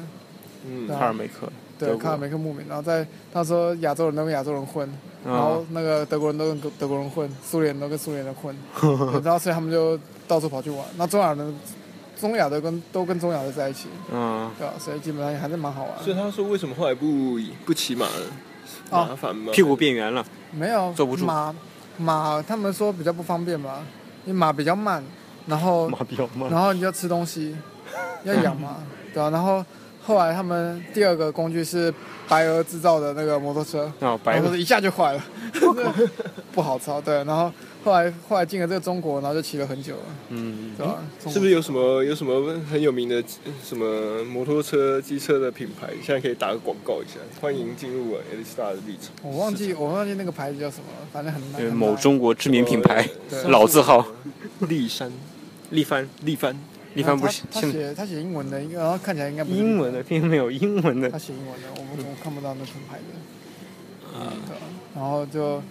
Speaker 2: 嗯
Speaker 3: 对啊
Speaker 1: 卡尔梅克，
Speaker 3: 对，
Speaker 1: 德国
Speaker 3: 看了梅克慕名，然后在那时候亚洲人都跟亚洲人混，
Speaker 1: 啊
Speaker 3: 然后那个德国人都跟德国人混，苏联人都跟苏联
Speaker 1: (laughs)
Speaker 3: 人混，对然后所以他们就到处跑去玩。那中亚人，中亚的跟都跟中亚的在一起，
Speaker 1: 嗯，
Speaker 3: 对吧、所以基本上还是蛮好玩
Speaker 2: 所以
Speaker 3: 的。
Speaker 2: 他说为什么后来不不骑马了？
Speaker 3: 啊
Speaker 2: 麻烦吗？
Speaker 1: 屁股变圆了，
Speaker 3: 没有
Speaker 1: 坐不住
Speaker 3: 马，马他们说比较不方便吧，因为马比较慢，然后
Speaker 1: 马比较慢，
Speaker 3: 然后你要吃东西，要养嘛，对啊吧、然后后来他们第二个工具是白俄制造的那个摩托车。
Speaker 1: 啊，白
Speaker 3: 然后
Speaker 1: 了
Speaker 3: 一下就坏了，不好操。对，然后后来后来进了这个中国，然后就骑了很久了，
Speaker 1: 嗯，
Speaker 3: 对吧？中国
Speaker 2: 是不是有什么有什么很有名的什么摩托车、机车的品牌？现在可以打个广告一下，欢迎进入 l i s t a 的历程。
Speaker 3: 我忘记我忘记那个牌子叫什么了，反正很
Speaker 1: 就
Speaker 3: 难。
Speaker 1: 是
Speaker 3: 很
Speaker 1: 呃某
Speaker 3: 难
Speaker 1: 中国知名品牌
Speaker 3: 对，
Speaker 1: 老字号，
Speaker 2: 立山，
Speaker 1: 力帆，
Speaker 2: 立帆，
Speaker 1: 力帆不
Speaker 3: 他
Speaker 1: 是
Speaker 3: 他
Speaker 1: 现在
Speaker 3: 写他写英文的，应该然后看起来应该不是
Speaker 1: 英文的，并没有英文
Speaker 3: 他
Speaker 1: 的，
Speaker 3: 写英文的，我们我看不到那什么牌子。对吧然后就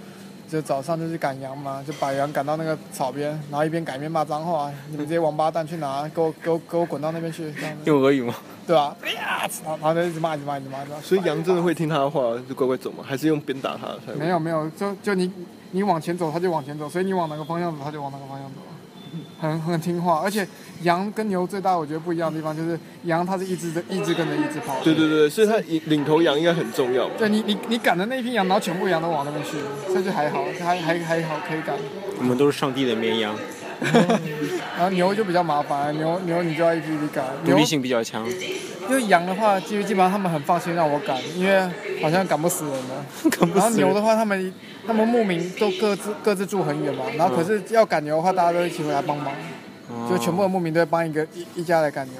Speaker 3: 就早上就去赶羊嘛，就把羊赶到那个草边，然后一边赶一边骂脏话，你们这些王八蛋去哪？给我给我给我滚到那边去，这样子，
Speaker 1: 用俄语吗？
Speaker 3: 对吧？哎呀，然后就一直骂一直骂一直骂，一直骂
Speaker 2: 所以羊真的会听他的话就乖乖走吗？还是用鞭打他才会？
Speaker 3: 没有没有，就就你你往前走，它就往前走，所以你往哪个方向走，它就往哪个方向走，很很听话。而且羊跟牛最大我觉得不一样的地方就是羊它是一只的一只跟着一只跑的。
Speaker 2: 对对对，所以它领领头羊应该很重要嘛。
Speaker 3: 对你你你赶的那一批羊，然后全部羊都往那边去，所以就还好，还还还好可以赶。
Speaker 1: 我们都是上帝的绵羊，
Speaker 3: 然后牛就比较麻烦，牛牛你就要一批一批赶。
Speaker 1: 独
Speaker 3: 牛
Speaker 1: 立性比较强，
Speaker 3: 因为羊的话，基基本上他们很放心让我赶，因为好像赶不死人了。
Speaker 1: 看不
Speaker 3: 然后
Speaker 1: 死
Speaker 3: 牛
Speaker 1: 人。
Speaker 3: 的话，他们他们牧民都各自各自住很远嘛，然后可是要赶牛的话，大家都一起回来帮忙。就全部的牧
Speaker 1: 嗯
Speaker 3: 民都会帮一个一一家来赶牛，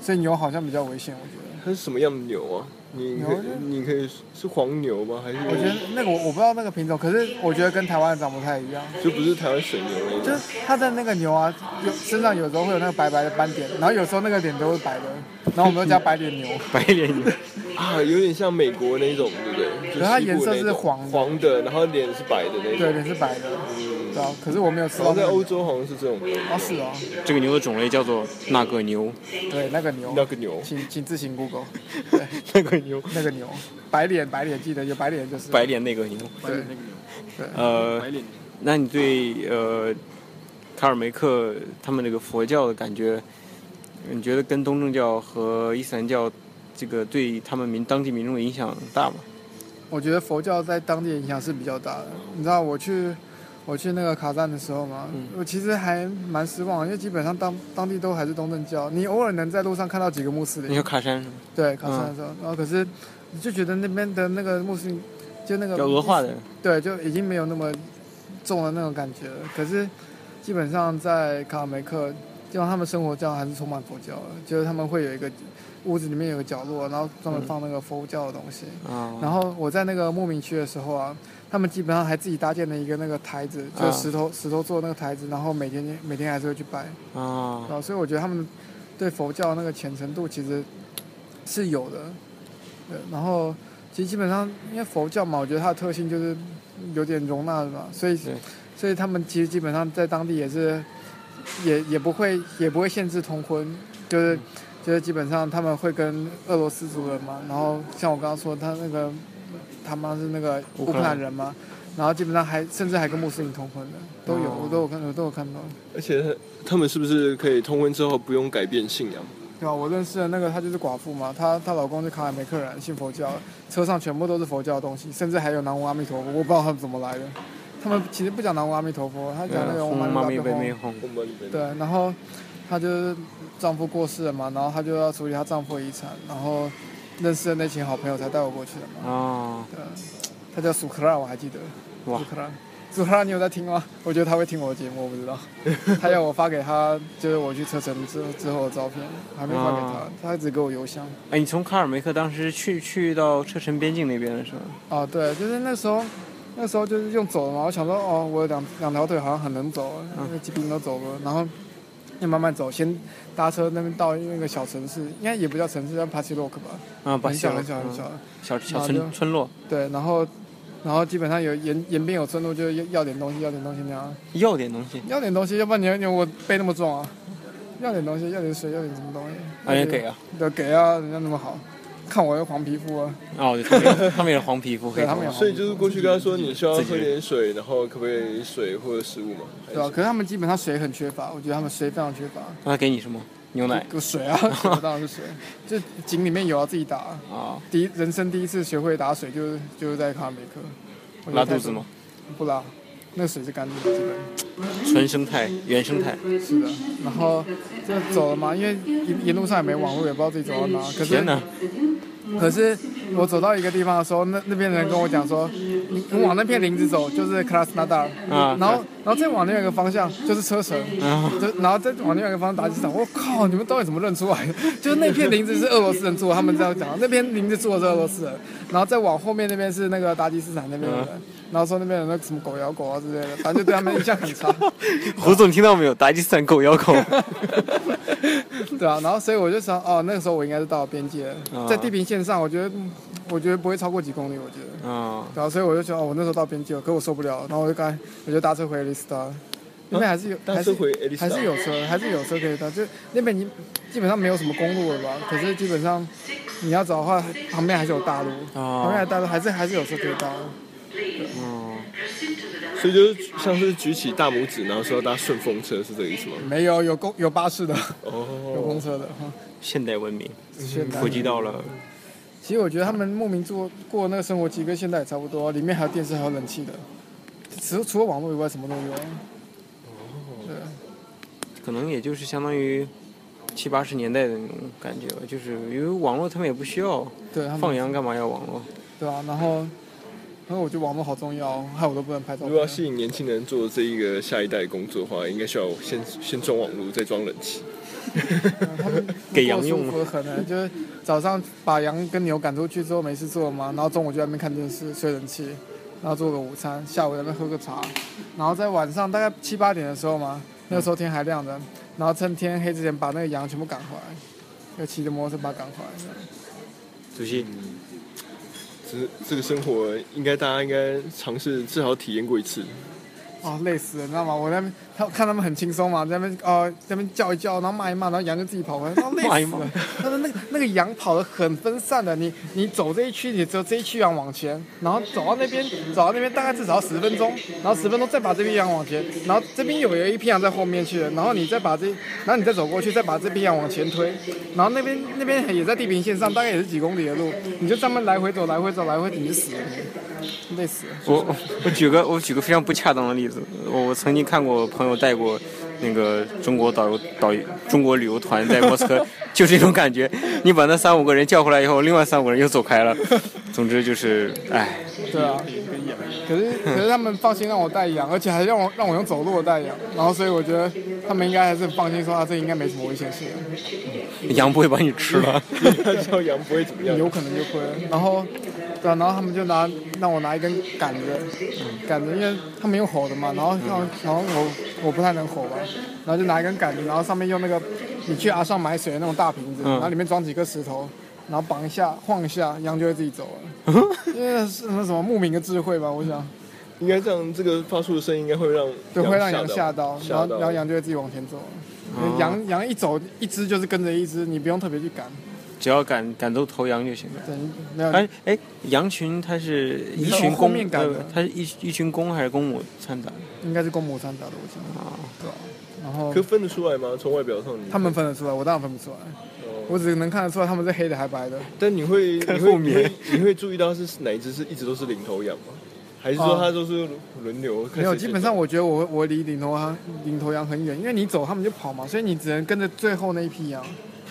Speaker 3: 所以牛好像比较危险，我觉得。
Speaker 2: 它是什么样的牛啊？你可
Speaker 3: 牛
Speaker 2: 以
Speaker 3: 是
Speaker 2: 你可以是黄牛吗？还是
Speaker 1: 嗯
Speaker 3: 我觉得那个我我不知道那个品种，可是我觉得跟台湾的长不太一样，
Speaker 2: 就不是台湾水牛那
Speaker 3: 就
Speaker 2: 种？
Speaker 3: 是它的那个牛啊，有身上有时候会有那个白白的斑点，然后有时候那个脸都是白的，然后我们都叫白脸牛。
Speaker 1: 白脸牛，
Speaker 2: 啊，有点像美国那种，对不对？就
Speaker 3: 可是它
Speaker 2: 西部
Speaker 3: 颜色
Speaker 2: 那
Speaker 3: 是
Speaker 2: 种
Speaker 3: 黄的
Speaker 2: 黄的，然后脸是白的那
Speaker 3: 对，
Speaker 2: 种。
Speaker 3: 脸是白的，对啊。可是我没有吃
Speaker 2: 然后
Speaker 3: 到、那
Speaker 2: 在
Speaker 3: 个
Speaker 2: 欧
Speaker 3: 牛。
Speaker 2: 洲好像是这种牛
Speaker 3: 哦，是哦，
Speaker 1: 这个牛的种类叫做那个牛，
Speaker 3: 对，那个牛，
Speaker 2: 那个牛，
Speaker 3: 请请自行 Google，对，
Speaker 1: 那个牛，
Speaker 3: 那个牛，白脸白脸，记得有白脸就是
Speaker 1: 白，脸那个牛。
Speaker 3: 对，
Speaker 1: 呃，
Speaker 2: 白脸。
Speaker 1: 那你对呃卡尔梅克他们这个佛教的感觉，你觉得跟东正教和伊斯兰教这个对他们民当地民众的影响大吗？
Speaker 3: 我觉得佛教在当地影响是比较大的。你知道我去我去那个卡赞的时候嘛，我其实还蛮失望，因为基本上当当地都还是东正教，你偶尔能在路上看到几个穆斯
Speaker 1: 你
Speaker 3: 林，
Speaker 1: 说卡山是吗？
Speaker 3: 对卡赞的时候，然后可是你就觉得那边的那个穆斯林就那个
Speaker 1: 比较俄化的，
Speaker 3: 对，就已经没有那么重的那种感觉了。可是基本上在卡尔梅克，就他们生活这样还是充满佛教的，就是他们会有一个屋子里面有个角落，然后专
Speaker 1: 嗯
Speaker 3: 门放那个佛教的东西。
Speaker 1: 啊
Speaker 3: 然后我在那个牧民区的时候啊，他们基本上还自己搭建了一个那个台子，就
Speaker 1: 啊
Speaker 3: 是石头、石头做那个台子，然后每天每天还是会去拜。
Speaker 1: 啊
Speaker 3: 然，后哦所以我觉得他们对佛教那个虔诚度其实是有的。对，然后其实基本上因为佛教嘛，我觉得它的特性就是有点容纳的嘛，所以
Speaker 1: 对
Speaker 3: 所以他们其实基本上在当地也是也也不会也不会限制通婚，
Speaker 1: 嗯
Speaker 3: 就是。就是基本上他们会跟俄罗斯族人嘛，然后像我刚刚说，他那个他妈是那个
Speaker 1: 乌
Speaker 3: 乌
Speaker 1: 克兰
Speaker 3: 克兰人嘛，然后基本上还甚至还跟穆斯林通婚的都有，
Speaker 1: 哦
Speaker 3: 我都有看，我都有看到。
Speaker 2: 而且他们是不是可以通婚之后不用改变信仰？
Speaker 3: 对啊，我认识的那个她就是寡妇嘛，她她老公是卡尔梅克人，信佛教，车上全部都是佛教的东西，甚至还有南无阿弥陀佛，我不知道他们怎么来的。他们其实不讲南无阿弥陀佛，他讲那个嗡嘛
Speaker 1: 啊嗯妈
Speaker 3: 呢
Speaker 1: 咪
Speaker 3: 叭
Speaker 1: 被
Speaker 3: 咪
Speaker 1: 没
Speaker 3: 吽。
Speaker 1: 哄，
Speaker 2: 我们里面
Speaker 3: 对，然后她就是丈夫过世了嘛，然后她就要处理她丈夫的遗产，然后认识的那群好朋友才带我过去的嘛。
Speaker 1: 啊，
Speaker 3: 对，她叫苏克拉，我还记得。
Speaker 1: 哇
Speaker 3: 苏克拉，苏克拉，你有在听吗？我觉得她会听我的节目，我不
Speaker 1: (laughs)
Speaker 3: 知道。她要我发给她，就是我去车城之之后的照片，还没发给她
Speaker 1: 啊，
Speaker 3: 她只给我邮箱。
Speaker 1: 哎，你从卡尔梅克当时去去到车臣边境那边了是吧？
Speaker 3: 哦，对，就是那时候，那时候就是用走的嘛，我想说，哦，我有两两条腿好像很能走，那个疾病都走了，然后要慢慢走，先搭车那边到那个小城市，应该也不叫城市，叫帕奇洛克吧，
Speaker 1: 啊，把
Speaker 3: 很小
Speaker 1: 小
Speaker 3: 很小很小。啊
Speaker 1: 小小
Speaker 3: 然后
Speaker 1: 村
Speaker 3: 就
Speaker 1: 村落
Speaker 3: 对，然后。然后基本上有沿沿边有村路，就要要点东西，要点东西那样。
Speaker 1: 要点东西，
Speaker 3: 要点东西，要不然你你我背那么重啊？要点东西，要点水，要点什么东西？
Speaker 1: 啊，人家给啊，
Speaker 3: 对，给啊，人家那么好，看我有黄皮肤啊，
Speaker 1: 哦，对他们也他们也是黄皮肤黑
Speaker 3: 对他
Speaker 1: 头
Speaker 3: 们有
Speaker 1: 发，
Speaker 2: 所以就是过去跟他说你需要喝点水，然后可不可以水或者食物嘛？
Speaker 3: 对啊吧、可是他们基本上水很缺乏，我觉得他们水非常缺乏。
Speaker 1: 那他给你什么？牛奶
Speaker 3: 有水啊， (laughs) 水当然是水，就井里面有啊，自己打啊。
Speaker 1: 啊，
Speaker 3: 第一人生第一次学会打水，就是就是在卡梅克。我觉得
Speaker 1: 拉
Speaker 3: 太
Speaker 1: 肚子吗？
Speaker 3: 不拉，那水是干净的，基本。
Speaker 1: 纯生态、原生态。
Speaker 3: 是的，然后就走了嘛，因为一沿路上也没网络，也不知道自己走到哪。可
Speaker 1: 天
Speaker 3: 是
Speaker 1: 哪，
Speaker 3: 可是我走到一个地方的时候，那那边的人跟我讲说，你你往那片林子走，就是 Krasnodar，、
Speaker 1: 啊
Speaker 3: 然后然后再往另外一个方向就是车城，就然后再往另外一个方向打机场。我靠，你们到底怎么认出来的？就是那片林子是俄罗斯人住的，他们这样讲，那边林子住的是俄罗斯人，然后再往后面那边是那个达吉斯坦那边的人。然后说那边有那个什么狗咬狗啊之类的，反正就对他们印象很差。
Speaker 1: 胡总听到没有？达吉斯坦狗咬
Speaker 3: (laughs)
Speaker 1: 狗。
Speaker 3: 对啊，然后所以我就想，哦，那个时候我应该是到了边界了，
Speaker 1: 啊
Speaker 3: 在地平线上，我觉得，嗯我觉得不会超过几公里，我觉得。
Speaker 1: 啊，
Speaker 3: 对啊，所以我就觉得，哦，我那时候到边界了，可我受不了，然后我就刚，我就搭车回 Elista，那边还是有，
Speaker 2: 啊搭
Speaker 3: 还
Speaker 2: 车
Speaker 3: 是
Speaker 2: 回 Elista
Speaker 3: 还是有车，还是有车可以搭，就那边已经基本上没有什么公路了吧？可是基本上你要找的话，旁边还是有大路，
Speaker 1: 啊
Speaker 3: 旁边还有大路，还是还是有车可以搭。
Speaker 2: 所以就是像是举起大拇指，然后说要搭顺风车，是这个意思吗？
Speaker 3: 没有，有公有巴士的，有
Speaker 2: 哦，
Speaker 3: 公车的哈。
Speaker 1: 现代文明
Speaker 3: 现代
Speaker 1: 普及到了
Speaker 3: 其实我觉得他们牧民做过那个生活其实跟现在也差不多，里面还有电视，还有冷气的，除除了网络以外什么都有。对，
Speaker 1: 可能也就是相当于七八十年代的那种感觉吧，就是因为网络他们也不需要，
Speaker 3: 对他
Speaker 1: 放
Speaker 3: 们，
Speaker 1: 羊干嘛要网络？
Speaker 3: 对啊，然后，然后我觉得网络好重要，害我都不能拍照
Speaker 2: 如
Speaker 3: 片。
Speaker 2: 果要吸引年轻人做这一个下一代工作的话，应该需要先先装网络，再装冷气。
Speaker 3: 嗯
Speaker 1: 给
Speaker 3: 做
Speaker 1: 羊
Speaker 3: 舒
Speaker 1: 用
Speaker 3: 服
Speaker 1: 吗？
Speaker 3: 很难，就是早上把羊跟牛赶出去之后没事做嘛，然后中午就在那边看电视、吹冷气，然后做个午餐，下午在那边喝个茶，然后在晚上大概七八点的时候嘛，那个时候天还亮着，然后趁天黑之前把那个羊全部赶回来，要骑着摩托车把它赶回来。这样
Speaker 1: 主席，
Speaker 2: 这这个生活应该大家应该尝试至少体验过一次。
Speaker 3: 哦，累死了，你知道吗？我在那边他看他们很轻松嘛，在那边呃在那边叫一叫，然后骂一骂，然后羊就自己跑回来，哦然后
Speaker 1: (laughs)
Speaker 3: 累
Speaker 1: 骂一
Speaker 3: 死
Speaker 1: 骂
Speaker 3: 了。他们那个那个羊跑得很分散的，你你走这一区，你只有这一区羊往前，然后走到那边，走到那边大概至少十分钟，然后十分钟再把这批羊往前，然后这边有有一批羊在后面去了，然后你再把这，然后你再走过去，再把这批羊往前推，然后那边那边也在地平线上，大概也是几公里的路，你就这么来回走，来回走，来回走，你就死了，累死了。
Speaker 1: 我我我举个我举个非常不恰当的例子，我我曾经看过我朋友带过那个中国导游导游中国旅游团在莫斯科， (laughs) 就这种感觉，你把那三五个人叫回来以后，另外三五个人又走开了。总之就是，哎，
Speaker 3: 对啊，可是可是他们放心让我带羊，而且还让我让我用走路的带羊，然后所以我觉得他们应该还是很放心说啊，这应该没什么危险性，
Speaker 1: 羊不会把你吃了。 (laughs)
Speaker 2: 知道羊不会怎么样，
Speaker 3: 有可能就会。然后对、啊，然后他们就拿让我拿一根杆子，杆子，因为他们用吼的嘛，然后让然后我我不太能吼吧，然后就拿一根杆子，然后上面用那个你去阿上买水的那种大瓶子，然后里面装几颗石头。然后绑一下，晃一下，羊就会自己走了。因为是那什么牧民的智慧吧，我想。
Speaker 2: 应该这样，这个发出的声音应该会让
Speaker 3: 对，会让羊吓
Speaker 2: 到，，
Speaker 3: 到然
Speaker 2: 吓
Speaker 3: 后然后羊就会自己往前走。羊羊一走，一只就是跟着一只，你不用特别去赶。
Speaker 1: 只要赶赶走头羊就行了。
Speaker 3: 等没有，
Speaker 1: 哎哎，羊群它是一
Speaker 3: 从
Speaker 1: 群
Speaker 3: 后
Speaker 1: 公
Speaker 3: 面，赶
Speaker 1: 呃
Speaker 3: 的
Speaker 1: 它是一一群公还是公母参杂？
Speaker 3: 应该是公母参杂的，我想。对啊。然后
Speaker 2: 可分得出来吗？从外表上你
Speaker 3: 他们分得出来，我当然分不出来，
Speaker 1: 哦
Speaker 3: 我只能看得出来他们是黑的还白的。
Speaker 2: 但你会你
Speaker 1: 看
Speaker 2: 会
Speaker 1: 后
Speaker 2: 你
Speaker 1: 面
Speaker 2: 会你会注意到是哪一只是一直都是领头羊吗？还是说
Speaker 3: 哦
Speaker 2: 它都是轮流？
Speaker 3: 没有，基本上我觉得我我离领头羊领头羊很远，因为你走他们就跑嘛，所以你只能跟着最后那一批羊，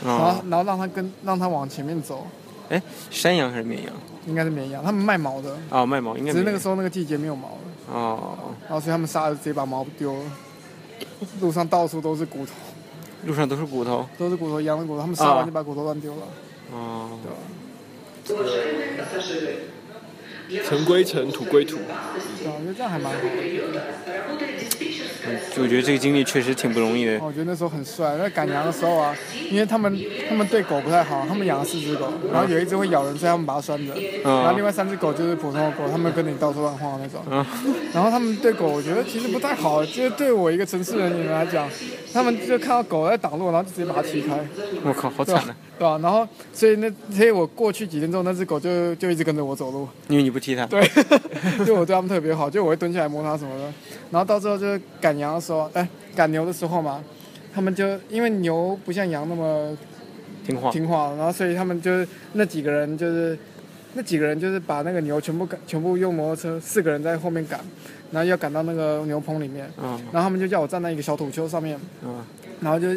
Speaker 3: 然
Speaker 1: 啊
Speaker 3: 后，然后让它跟让它往前面走，
Speaker 1: 哎，山羊还是绵羊？
Speaker 3: 应该是绵羊，他们卖毛的，
Speaker 1: 啊，卖毛应该
Speaker 3: 只
Speaker 1: 没
Speaker 3: 是
Speaker 1: 有。
Speaker 3: 那个时候那个季节没有毛了。
Speaker 1: 哦，
Speaker 3: 然后所以他们杀了直接把毛丢了，路上到处都是骨头，
Speaker 1: 路上都是骨头。
Speaker 3: 都是骨头，羊的骨头，他们杀
Speaker 1: 啊
Speaker 3: 完就把骨头乱丢了。
Speaker 1: 哦，
Speaker 2: 尘归尘，土归土。
Speaker 3: 对啊，我觉得这样还蛮好。
Speaker 1: 我觉得这个经历确实挺不容易的
Speaker 3: 哦。我觉得那时候很帅。那赶羊的时候啊，因为他们他们对狗不太好，他们养了四只狗，然后有一只会咬人，所以他们把它拴着。然后另外三只狗就是普通的狗，他们跟你到处乱晃的那种。然后他们对狗，我觉得其实不太好，就是对我一个城市人来讲，他们就看到狗在挡路，然后就直接把它踢开。
Speaker 1: 我靠，好
Speaker 3: 对
Speaker 1: 惨
Speaker 3: 吧
Speaker 1: 啊！？
Speaker 3: 对吧？然后，所以那，所以我过去几天之后，那只狗就就一直跟着我走路。 (laughs)
Speaker 1: 因为你不踢它。
Speaker 3: 对，就我对它们特别好，就我会蹲下来摸它什么的。然后到最后就是赶羊的时候，哎，赶牛的时候嘛，他们就因为牛不像羊那么
Speaker 1: 听话。
Speaker 3: 听话，然后所以他们就是那几个人就是那几个人就是把那个牛全部赶，全部用摩托车，四个人在后面赶，然后要赶到那个牛棚里面，
Speaker 1: 嗯
Speaker 3: 然后他们就叫我站在一个小土丘上面，
Speaker 1: 嗯
Speaker 3: 然后就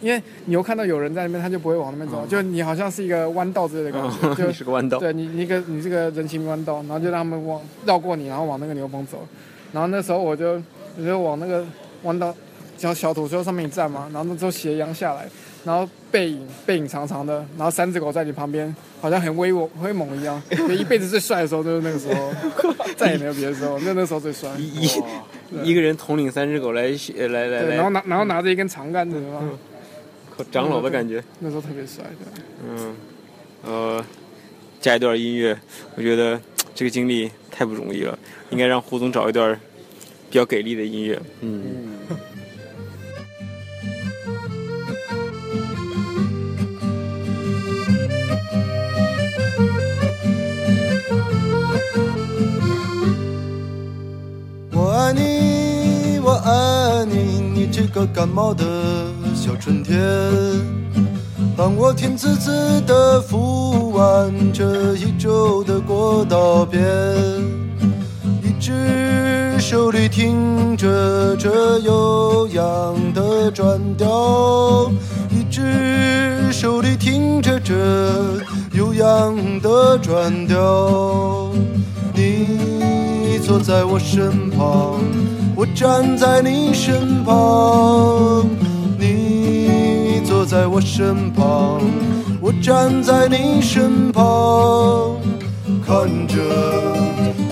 Speaker 3: 因为牛看到有人在那边，它就不会往那边走，就你好像是一个弯道之类的感觉，
Speaker 1: 嗯，
Speaker 3: 就
Speaker 1: 你是个弯道。
Speaker 3: 对你你个你这个人行弯道，然后就让他们往绕过你，然后往那个牛棚走，然后那时候我就我就往那个弯道小小土丘上面一站嘛，然后那时候斜阳下来，然后背影背影长长的，然后三只狗在你旁边，好像很威我威猛一样，就一辈子最帅的时候就是那个
Speaker 1: (laughs)
Speaker 3: 时候，再也没有别的时候，就那时候最帅。
Speaker 1: 一一个人统领三只狗来呃来来嗯
Speaker 3: 对，然
Speaker 1: 来，
Speaker 3: 后拿然后拿着一根长杆子嘛，
Speaker 1: 靠长老的感觉。
Speaker 3: 那时候特别帅的。
Speaker 1: 嗯，呃，加一段音乐，我觉得这个经历太不容易了，应该让胡总找一段比较给力的音乐。嗯。
Speaker 6: 我爱你，我爱你，你这个感冒的小春天，帮我甜滋滋的敷完这一周的过道边，一只手里听着这悠扬的转调，一只手里听着这悠扬的转调，你。你坐在我身旁，我站在你身旁。你坐在
Speaker 7: 在我身旁，我站在你身旁，看着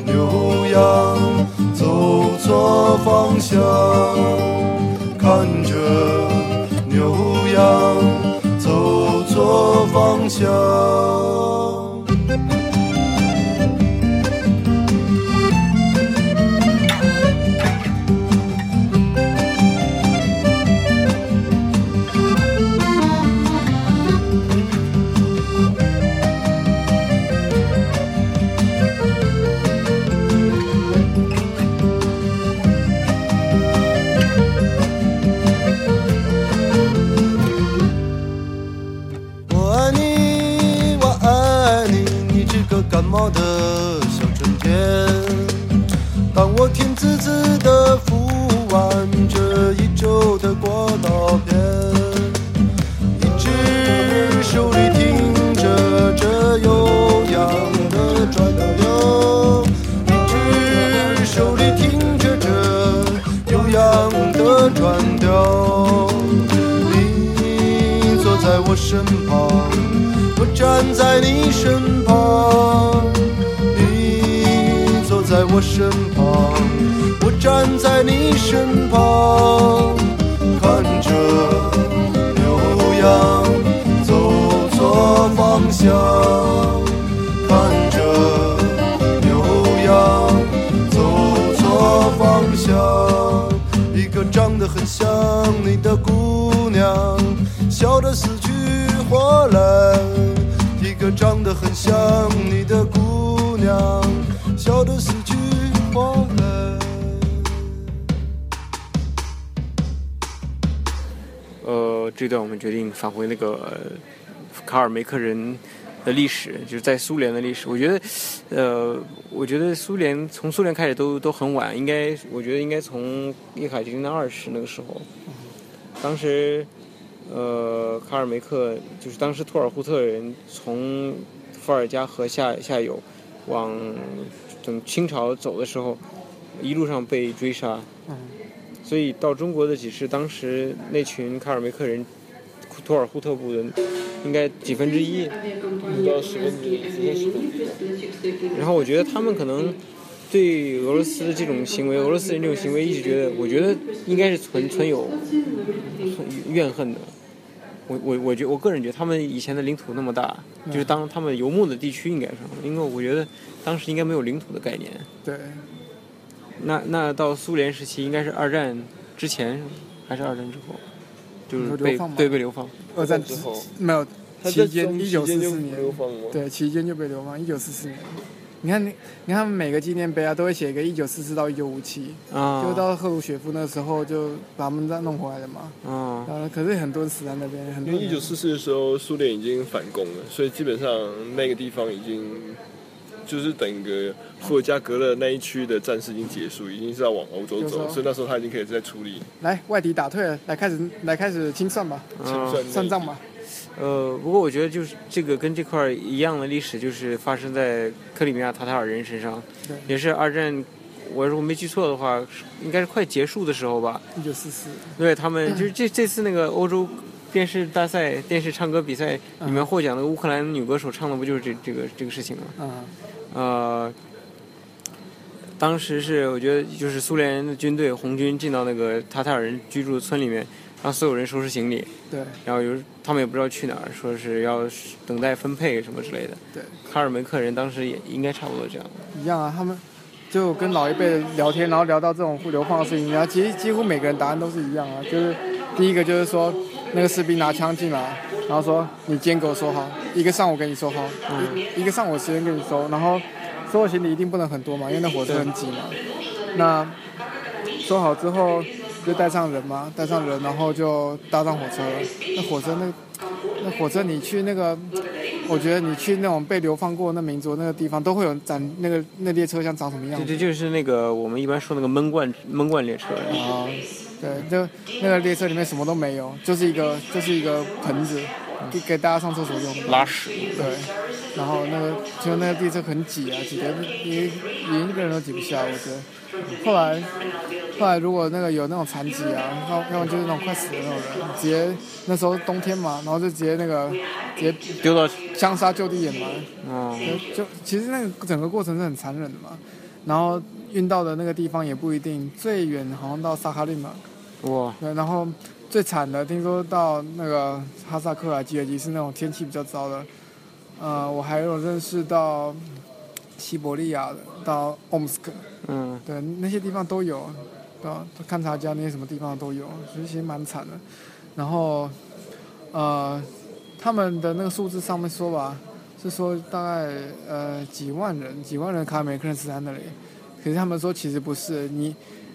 Speaker 7: 牛羊走错方向，看着牛羊走错方向。我爱你，我爱你，你这个感冒的小春天。当我甜滋滋的敷完这一周的过道片，一只手里听着这悠扬的转悠，一只手里听着这悠扬的转调。你坐在我身旁，我站在你身旁。你坐在我身旁，我站在你身旁，看着牛羊走错方向，看着牛羊走错方向。一个长得很像你的姑娘，笑得死去活来；一个长得很像你的姑娘，笑得死去活来。
Speaker 1: 呃，这段我们决定返回那个、呃、卡尔梅克人的历史，就是在苏联的历史。我觉得，呃，我觉得苏联从苏联开始都都很晚，应该我觉得应该从叶卡捷琳娜二世那个时候，当时，呃，卡尔梅克就是当时土尔扈特人从伏尔加河下下游往等清朝走的时候，一路上被追杀，所以到中国的几是当时那群卡尔梅克人，土尔扈特部人，应该几分之一，不到十分之一，几分之一然后我觉得他们可能对俄罗斯这种行为，俄罗斯人这种行为，一直觉得，我觉得应该是存存有存怨恨的。我我我觉我个人觉得他们以前的领土那么大，就是当他们游牧的地区应该是，因为我觉得当时应该没有领土的概念。
Speaker 3: 对，
Speaker 1: 那那到苏联时期应该是二战之前还是二战之后，就
Speaker 3: 你
Speaker 1: 是
Speaker 3: 说
Speaker 1: 被
Speaker 3: 流放吗
Speaker 1: 对被流放。
Speaker 3: 二战
Speaker 8: 之
Speaker 3: 之
Speaker 8: 后
Speaker 3: 没有
Speaker 8: 他在
Speaker 3: 期间，
Speaker 8: 中
Speaker 3: 一九
Speaker 8: 期
Speaker 3: 四
Speaker 8: 间就
Speaker 3: 四年
Speaker 8: 流放吗？
Speaker 3: 对，期间就被流放，一九四四年。你看，你你看每个纪念碑啊，都会写一个一九四四到一九五七，
Speaker 1: 啊，
Speaker 3: 就到赫鲁雪夫那时候就把他们再弄回来了嘛。
Speaker 1: 啊，
Speaker 3: 然后可是很多人死在那边，
Speaker 2: 因
Speaker 3: 很多
Speaker 2: 为一
Speaker 3: 人
Speaker 2: 九四四的时候，苏联已经反攻了，所以基本上那个地方已经就是整个伏尔加格勒那一区的战事已经结束，已经是要往欧洲
Speaker 3: 就是
Speaker 2: 走，
Speaker 3: 说
Speaker 2: 所以那时候他已经可以在处理
Speaker 3: 来外敌打退了，来开始来开始清算吧，
Speaker 2: 清算
Speaker 1: 嗯
Speaker 2: 那一
Speaker 3: 算账吧。
Speaker 1: 呃，不过我觉得就是这个跟这块儿一样的历史，就是发生在克里米亚塔塔尔人身上
Speaker 3: 对，
Speaker 1: 也是二战，我如果没记错的话，是应该是快结束的时候吧。
Speaker 3: 一九四四，
Speaker 1: 对他们就是这这次那个欧洲电视大赛、电视唱歌比赛里面获奖的乌克兰女歌手唱的不就是这这个这个事情吗？
Speaker 3: 嗯，
Speaker 1: 呃，当时是我觉得就是苏联的军队红军进到那个塔塔尔人居住的村里面，让所有人收拾行李，
Speaker 3: 对
Speaker 1: 然后有他们也不知道去哪儿，说是要等待分配什么之类的。
Speaker 3: 对，
Speaker 1: 卡尔梅克人当时也应该差不多这样。
Speaker 3: 一样啊。他们就跟老一辈聊天，然后聊到这种流放的事情，然后其实几乎每个人答案都是一样啊，就是第一个就是说那个士兵拿枪进来，然后说你监狗收好，一个上午给你收好，一一个上午时间给你收，然后收的行李一定不能很多嘛，因为那火车很挤嘛。那收好之后就带上人嘛，带上人，然后就搭上火车。那火车那那火车你去那个，我觉得你去那种被流放过的那民族那个地方，都会有展那个那列车厢长什么样
Speaker 1: 这
Speaker 3: 子
Speaker 1: 这就是那个我们一般说那个闷罐闷罐列车。
Speaker 3: 啊。对，就那个列车里面什么都没有，就是一个就是一个盆子，给给大家上厕所用的。
Speaker 1: 拉屎，
Speaker 3: 对，然后那个就那个列车很挤啊，挤得连连一个人都挤不下，我觉得。后来后来如果那个有那种残疾啊，然后要么就是那种快死的那种人，直接那时候冬天嘛，然后就直接那个直接
Speaker 1: 丢到
Speaker 3: 枪杀就地掩埋。
Speaker 1: 哦，
Speaker 3: 就就其实那个整个过程是很残忍的嘛，然后运到的那个地方也不一定，最远好像到萨哈林吧，
Speaker 1: 哇，
Speaker 3: 对，然后最惨的听说到那个哈萨克啊、吉尔吉斯那种天气比较糟的，呃，我还有认识到西伯利亚的，到 Omsk，
Speaker 1: 嗯，
Speaker 3: 对，那些地方都有，对啊吧？勘察家那些什么地方都有，所以其实蛮惨的。然后，呃，他们的那个数字上面说吧，是说大概呃几万人，几万人卡梅克人死在那里。可是他们说其实不是，你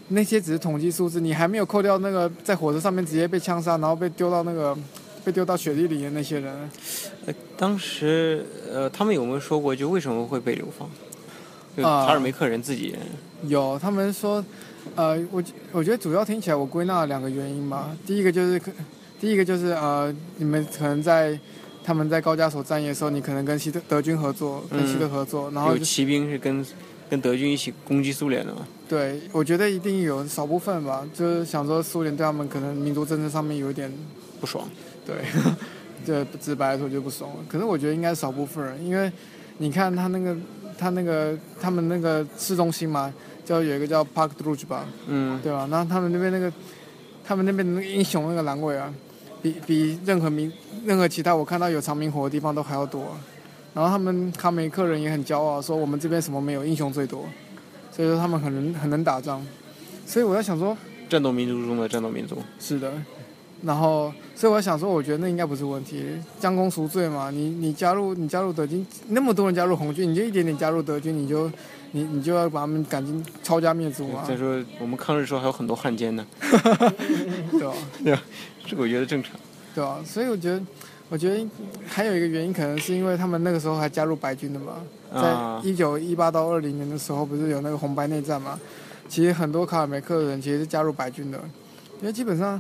Speaker 3: 那些只是统计数字，你还没有扣掉那个在火车上面直接被枪杀，然后被丢到那个被丢到雪地里的那些人。
Speaker 1: 呃当时呃，他们有没有说过，就为什么会被流放？就
Speaker 3: 啊
Speaker 1: 塔尔梅克人自己人，
Speaker 3: 有，他们说，呃，我觉我觉得主要听起来我归纳了两个原因吧。第一个就是可，第一个就是呃，你们可能在他们在高加索战役的时候，你可能跟西德德军合作，跟西德
Speaker 1: 嗯
Speaker 3: 合作，然后
Speaker 1: 有
Speaker 3: 就
Speaker 1: 骑兵是跟跟德军一起攻击苏联的嘛？
Speaker 3: 对，我觉得一定有少部分吧，就是想说苏联对他们可能民族政治上面有一点
Speaker 1: 不爽。
Speaker 3: 对， (laughs) 对，直白来说就不爽了。可是我觉得应该少部分人，因为你看他那个他那个他们那个市中心嘛，叫有一个叫 Park d r u j 吧，
Speaker 1: 嗯，
Speaker 3: 对吧？然后他们那边那个，他们那边的那个英雄那个栏位啊，比比任何民任何其他我看到有长明火的地方都还要多啊、然后他们卡梅克人也很骄傲，说我们这边什么没有，英雄最多，所以说他们很能很能打仗。所以我在想说，
Speaker 1: 战斗民族中的战斗民族。
Speaker 3: 是的。然后，所以我想说，我觉得那应该不是问题，将功赎罪嘛。你你加入你加入德军，那么多人加入红军，你就一点点加入德军，你就你你就要把他们赶尽抄家灭族嘛，
Speaker 1: 再说我们抗日时候还有很多汉奸呢， (laughs)
Speaker 3: 对吧？
Speaker 1: 这个我觉得正常。
Speaker 3: 对啊，所以我觉得，我觉得还有一个原因，可能是因为他们那个时候还加入白军的嘛，
Speaker 1: 啊
Speaker 3: 在一九一八到二零年的时候，不是有那个红白内战嘛？其实很多卡尔梅克人其实是加入白军的，因为基本上，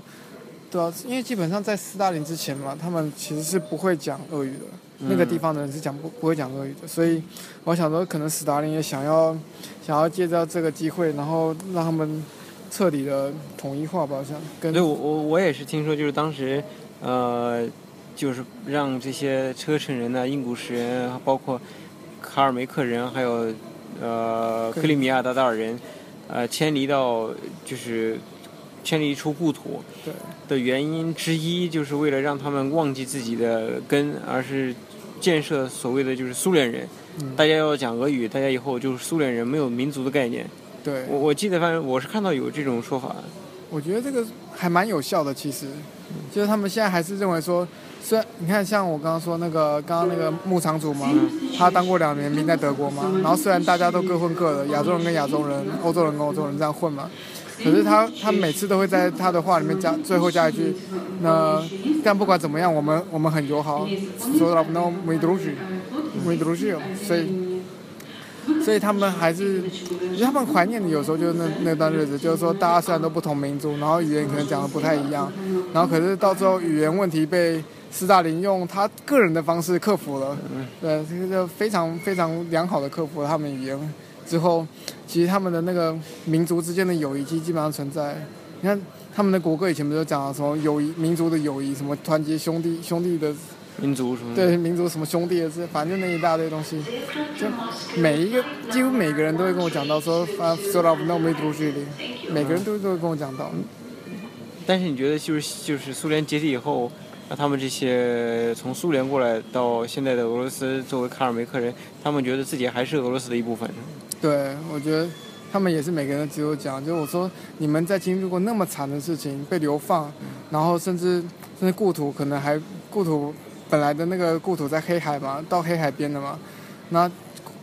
Speaker 3: 对啊，因为基本上在斯大林之前嘛，他们其实是不会讲俄语的，
Speaker 1: 嗯
Speaker 3: 那个地方的人是讲不不会讲俄语的，所以我想说，可能斯大林也想要想要借着这个机会，然后让他们彻底的统一化吧，好像跟
Speaker 1: 对，我我我也是听说，就是当时，呃，就是让这些车臣人呐、印古什人，啊包括卡尔梅克人，还有呃
Speaker 3: 克里
Speaker 1: 克里米亚鞑靼人，呃，迁离到就是迁离出故土
Speaker 3: 对
Speaker 1: 的原因之一，就是为了让他们忘记自己的根，而是建设所谓的就是苏联人。
Speaker 3: 嗯
Speaker 1: 大家要讲俄语，大家以后就是苏联人，没有民族的概念。
Speaker 3: 对。
Speaker 1: 我我记得，反正我是看到有这种说法。
Speaker 3: 我觉得这个还蛮有效的，其实，就是他们现在还是认为说，虽然你看像我刚刚说那个刚刚那个牧场主嘛，他当过两年兵在德国嘛，然后虽然大家都各混各的，亚洲人跟亚洲人，欧洲人跟欧洲人这样混嘛，可是他他每次都会在他的话里面加最后加一句，那但不管怎么样，我们我们很友好，说到那没独居，没独居，所以。所以他们还是，我觉得他们怀念的有时候就是那那段日子，就是说大家虽然都不同民族，然后语言可能讲的不太一样，然后可是到最后语言问题被斯大林用他个人的方式克服了，对，这个就非常非常良好的克服了他们语言之后，其实他们的那个民族之间的友谊基基本上存在。你看他们的国歌以前不是讲了什么友谊、民族的友谊，什么团结兄弟、兄弟的
Speaker 1: 民族什么的
Speaker 3: 对民族什么兄弟的事，反正那一大堆东西，就每一个几乎每个人都会跟我讲到说啊，说到那我们读距离，每个人都都会跟我讲到，
Speaker 1: 但是你觉得就是就是苏联解体以后，那他们这些从苏联过来到现在的俄罗斯作为卡尔梅克人，他们觉得自己还是俄罗斯的一部分。
Speaker 3: 对我觉得他们也是每个人都只有讲，就我说你们在经历过那么惨的事情，被流放，然后甚至甚至故土可能还故土本来的那个故土在黑海嘛，到黑海边的嘛，那。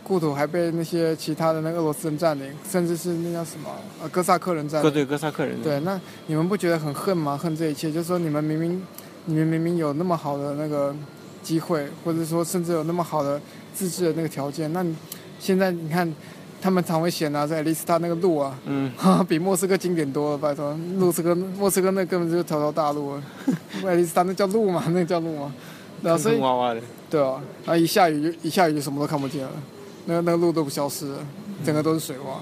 Speaker 3: 故土还被那些其他的那个俄罗斯人占领，甚至是那叫什么呃哥萨克人占领
Speaker 1: 各。对哥萨克人。。
Speaker 3: 对，那你们不觉得很恨吗？恨这一切，就是说你们明明，你们明明有那么好的那个机会，或者说甚至有那么好的自制的那个条件，那你现在你看，他们常会嫌啊，在 Lista 那个路啊，
Speaker 1: 嗯，
Speaker 3: (laughs) 比莫斯科经典多了，拜托，莫斯科莫斯科那根本就是条条大路啊，Lista 那叫路嘛，那叫路嘛，对啊，
Speaker 1: 坑
Speaker 3: 所以
Speaker 1: 坑洼洼的。
Speaker 3: 对啊，然后一下雨就一下雨就什么都看不见了，那个那个路都不消失了，整个都是水洼。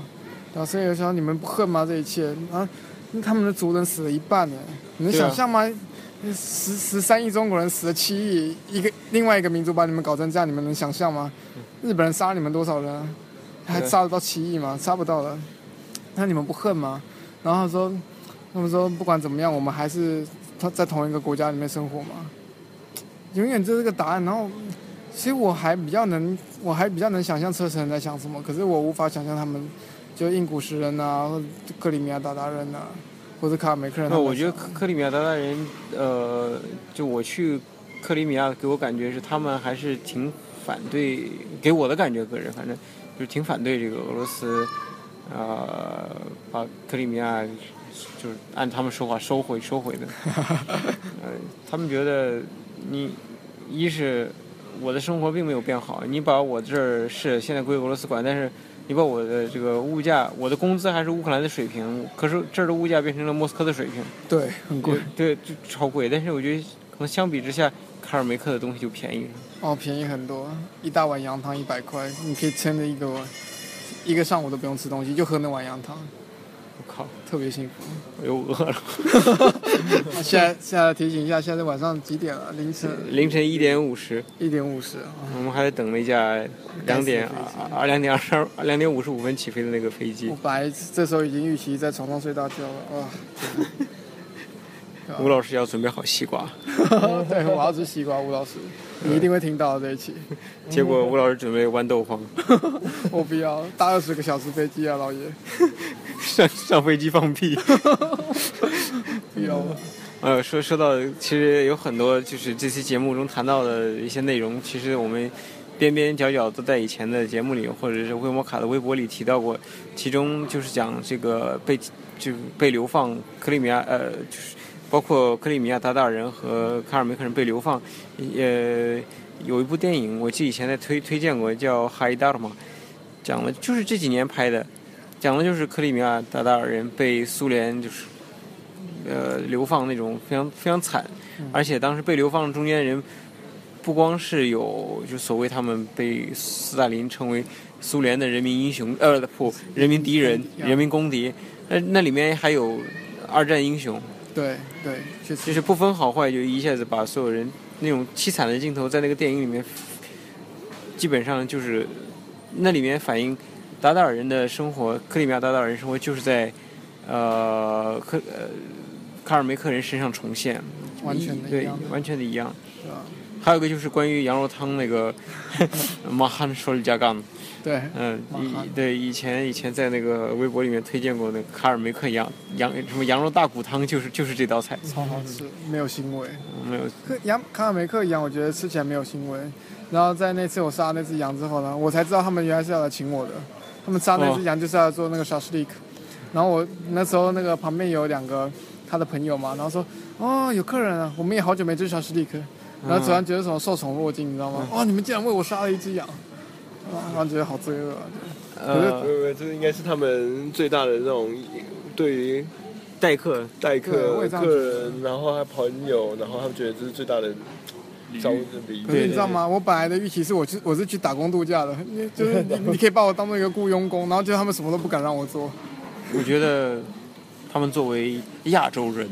Speaker 3: 然后所以我想你们不恨吗？这一切啊，那他们的族人死了一半呢，你能想象吗？十十三亿中国人死了七亿，一个另外一个民族把你们搞成这样，你们能想象吗？日本人杀了你们多少人啊？还
Speaker 2: 对
Speaker 3: 杀得到七亿吗？杀不到了。那你们不恨吗？然后他说，他们说不管怎么样，我们还是他在同一个国家里面生活嘛。永远就是这个答案。然后，其实我还比较能，我还比较能想象车臣在想什么，可是我无法想象他们就印古什人啊，或者克里米亚鞑靼人啊，或者卡尔梅克人他
Speaker 1: 那哦
Speaker 3: 们在想。
Speaker 1: 我觉得克克里米亚鞑靼人，呃，就我去克里米亚，给我感觉是他们还是挺反对，给我的感觉，个人反正就是挺反对这个俄罗斯，呃，把克里米亚就是按他们说法收回收回的。呃，他们觉得你一是我的生活并没有变好，你把我这儿是现在归俄罗斯管，但是你把我的这个物价，我的工资还是乌克兰的水平，可是这儿的物价变成了莫斯科的水平，
Speaker 3: 对，很贵。
Speaker 1: 对，就超贵。但是我觉得可能相比之下，卡尔梅克的东西就便宜了。
Speaker 3: 哦，便宜很多，一大碗羊汤一百块，你可以撑着一个一个上午都不用吃东西，就喝那碗羊汤，
Speaker 1: 我靠，
Speaker 3: 特
Speaker 1: (laughs)
Speaker 3: 别幸福。
Speaker 1: 我又饿了。
Speaker 3: 啊现在现在提醒一下，现在晚上几点了？凌晨
Speaker 1: 凌晨一点五十，
Speaker 3: 一点五十啊。
Speaker 1: 我们还等了一架两点
Speaker 3: 该死的飞机
Speaker 1: 啊两点二十二两点五十五分起飞的那个飞机
Speaker 3: 我。本来这时候已经预期在床上睡大觉了啊。
Speaker 1: 吴老师要准备好西瓜，
Speaker 3: 啊 (laughs) 对，我要吃西瓜，吴老师，你一定会听到的这一 (laughs) 期。
Speaker 1: 结果吴老师准备豌豆黄，
Speaker 3: 我不要搭二十个小时飞机啊，老 (laughs) 爷，
Speaker 1: 上上飞机放屁。
Speaker 3: 不要了。
Speaker 1: 呃，说说到，其实有很多就是这期节目中谈到的一些内容，其实我们边边角角都在以前的节目里，或者是微摩卡的微博里提到过。其中就是讲这个被就被流放克里米亚，呃，就是包括克里米亚鞑靼人和卡尔梅克人被流放，呃，有一部电影，我记得以前在推推荐过，叫《海达尔玛》，讲的就是这几年拍的，讲的就是克里米亚鞑靼人被苏联就是呃流放那种非常非常惨，而且当时被流放中间人不光是有就所谓他们被斯大林称为苏联的人民英雄，呃不，人民敌人、人民公敌，那那里面还有二战英雄，
Speaker 3: 对对，确实
Speaker 1: 就是不分好坏就一下子把所有人那种凄惨的镜头在那个电影里面，基本上就是那里面反映达达尔人的生活，克里米亚达达尔人生活就是在呃克呃卡尔梅克人身上重现，
Speaker 3: 完全的一
Speaker 1: 对
Speaker 3: 样的，
Speaker 1: 完全的一样。
Speaker 3: 是吧
Speaker 1: 还有一个就是关于羊肉汤那
Speaker 3: (laughs)
Speaker 1: 个马汉说里加干，
Speaker 3: 对，
Speaker 1: 嗯，
Speaker 3: 马
Speaker 1: 以
Speaker 3: 汉
Speaker 1: 对以前以前在那个微博里面推荐过那个卡尔梅克羊羊什么羊肉大骨汤，就是就是这道菜，
Speaker 3: 超好吃，没有腥味。
Speaker 1: 没有
Speaker 3: 克羊卡尔梅克羊，我觉得吃起来没有腥味。然后在那次我杀那只羊之后呢，我才知道他们原来是要来请我的。他们杀那只羊就是要做那个 s h a s h l i k 然后我那时候那个旁边有两个他的朋友嘛，然后说哦有客人啊，我们也好久没吃 s h a s h l i k 然后突然觉得什么受宠若惊，你知道吗？哦，你们竟然为我杀了一只羊，啊，然后觉得好罪恶、啊。
Speaker 1: 呃
Speaker 2: 呃，这应该是他们最大的那种对于
Speaker 1: 代客
Speaker 2: 待
Speaker 3: 对
Speaker 2: 客
Speaker 3: 我也这样觉
Speaker 2: 客
Speaker 3: 得
Speaker 2: 人，然后还朋友，然后他们觉得这是最大的招
Speaker 3: 嗯
Speaker 2: 礼
Speaker 3: 可是
Speaker 2: 遇。
Speaker 3: 你知道吗？我本来的预期是我去我是去打工度假的，因为就是你你可以把我当做一个雇佣工，然后就他们什么都不敢让我做。
Speaker 1: 我觉得他们作为亚洲
Speaker 2: (laughs)
Speaker 1: 人，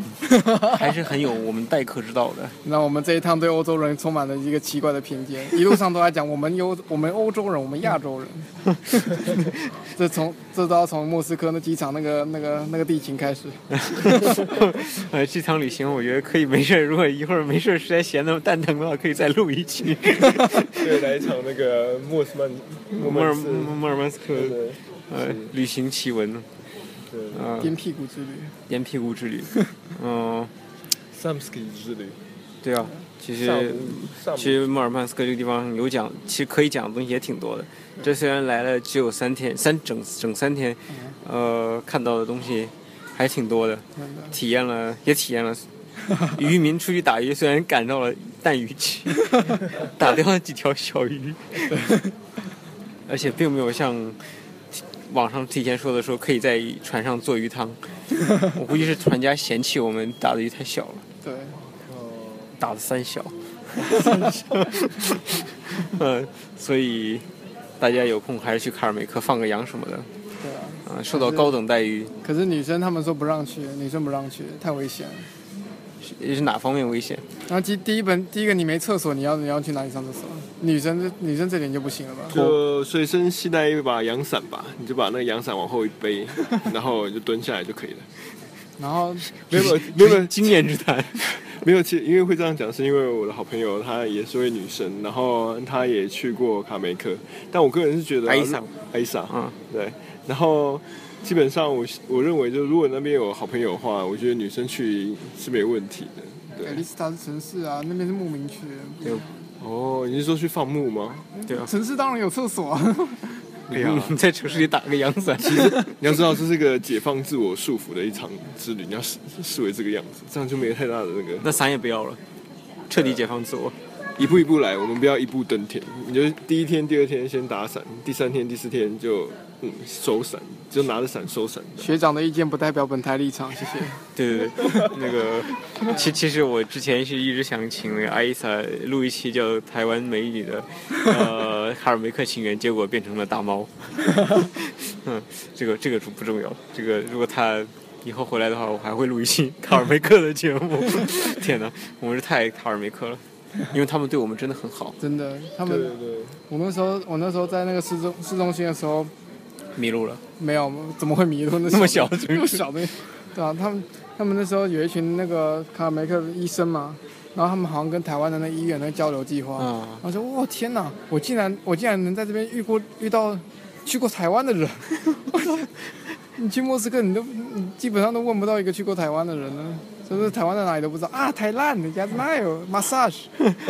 Speaker 1: 还是很有我们待客之道的。 (laughs)
Speaker 3: 那我们这一趟对欧洲人充满了一个奇怪的偏见，一路上都在讲我们欧 (laughs) 我们欧洲人，我们亚洲人。 (laughs) 这从这都要从莫斯科那机场那个那个那个地勤开始。
Speaker 1: 呃，这趟旅行我觉得可以没事儿，如果一会儿没事儿实在闲得蛋疼的话，可以再录一
Speaker 2: (laughs)
Speaker 1: 期
Speaker 2: 对，来一场那个莫斯曼莫
Speaker 1: 莫尔
Speaker 2: 曼斯，
Speaker 1: 莫尔曼斯克
Speaker 2: 对对
Speaker 1: 呃旅行奇
Speaker 2: (laughs)
Speaker 1: 闻，
Speaker 2: 对
Speaker 1: 呃
Speaker 3: 颠屁股之旅，
Speaker 1: 颠屁股之
Speaker 2: (laughs)
Speaker 1: 旅，嗯、
Speaker 2: ，Samsky 之旅，
Speaker 1: 对啊，其
Speaker 2: 上
Speaker 1: 实
Speaker 2: 上
Speaker 1: 其实莫尔曼斯克这个地方有讲，其实可以讲的东西也挺多的。这虽然来了只有三天，三整整三天，呃，看到的东西还挺多的，体验了也体验了。渔民出去打鱼，虽然赶到了淡鱼期，打掉了几条小鱼，而且并没有像网上提前说的说可以在船上做鱼汤。我估计是船家嫌弃我们打的鱼太小了。
Speaker 3: 对，
Speaker 1: 打的三小， (laughs) 嗯，所以大家有空还是去卡尔梅克放个羊什么的，
Speaker 3: 对啊，
Speaker 1: 啊，受到高等待遇，
Speaker 3: 可是女生她们说不让去，女生不让去，太危险了。
Speaker 1: 是是哪方面危险？
Speaker 3: 然后第第一本第一个你没厕所，你要你要去哪里上厕所？女生这女生这点就不行了吧？
Speaker 2: 就随身携带一把阳伞吧，你就把那个阳伞往后一 (laughs) 背，然后就蹲下来就可以了。
Speaker 3: 然后
Speaker 2: 没有没有没有
Speaker 1: 经验之谈。
Speaker 2: (laughs) 没有，其因为会这样讲，是因为我的好朋友她也是位女生，然后她也去过卡梅克，但我个人是觉得啊
Speaker 1: 艾莎，
Speaker 2: 艾莎，
Speaker 1: 嗯，
Speaker 2: 对，然后基本上我我认为，就如果那边有好朋友的话，我觉得女生去是没问题的，
Speaker 3: 爱
Speaker 2: 对
Speaker 3: 丽。斯塔是城市啊，那边是牧民区，
Speaker 1: 对
Speaker 2: 哦，你是说去放牧吗？
Speaker 1: 对啊，
Speaker 3: 城市当然有厕所啊。 (laughs)
Speaker 2: 哎呀，
Speaker 1: 你 (laughs) 在城市里打个阳伞，
Speaker 2: 你要知道，这是个解放自我束缚的一场之旅，你要视视为这个样子，这样就没有太大的那
Speaker 1: (laughs)
Speaker 2: 个。
Speaker 1: 那伞也不要了，彻底解放自我。
Speaker 2: 一步一步来，我们不要一步登天。你就第一天、第二天先打伞，第三天、第四天就嗯收伞，就拿着伞收伞。
Speaker 3: 学长的意见不代表本台立场，谢谢。
Speaker 1: 对对对，那个，其其实我之前是一直想请那个艾莎录一期叫《台湾美女》的，呃，哈尔梅克情缘，结果变成了大猫。嗯，这个这个不重要，这个如果他以后回来的话，我还会录一期卡尔梅克的节目。天哪，我们是太卡尔梅克了，因为他们对我们真的很好。
Speaker 3: 真的，他
Speaker 2: 对
Speaker 3: 们
Speaker 2: 对对，
Speaker 3: 我那时候我那时候在那个市中市中心的时候，
Speaker 1: 迷路了，
Speaker 3: 没有怎么会迷路那
Speaker 1: 那么小的
Speaker 3: 那么小的，对啊，他们他们那时候有一群那个卡尔梅克的医生嘛，然后他们好像跟台湾的那医院那个交流计划，
Speaker 1: 啊
Speaker 3: 然后说哇天哪，我竟然我竟然能在这边遇过遇到去过台湾
Speaker 1: (laughs)
Speaker 3: 的人，我说你去莫斯科你都你基本上都问不到一个去过台湾的人呢。就是台湾在哪里都不知道啊，台湾，亚子那有 massage，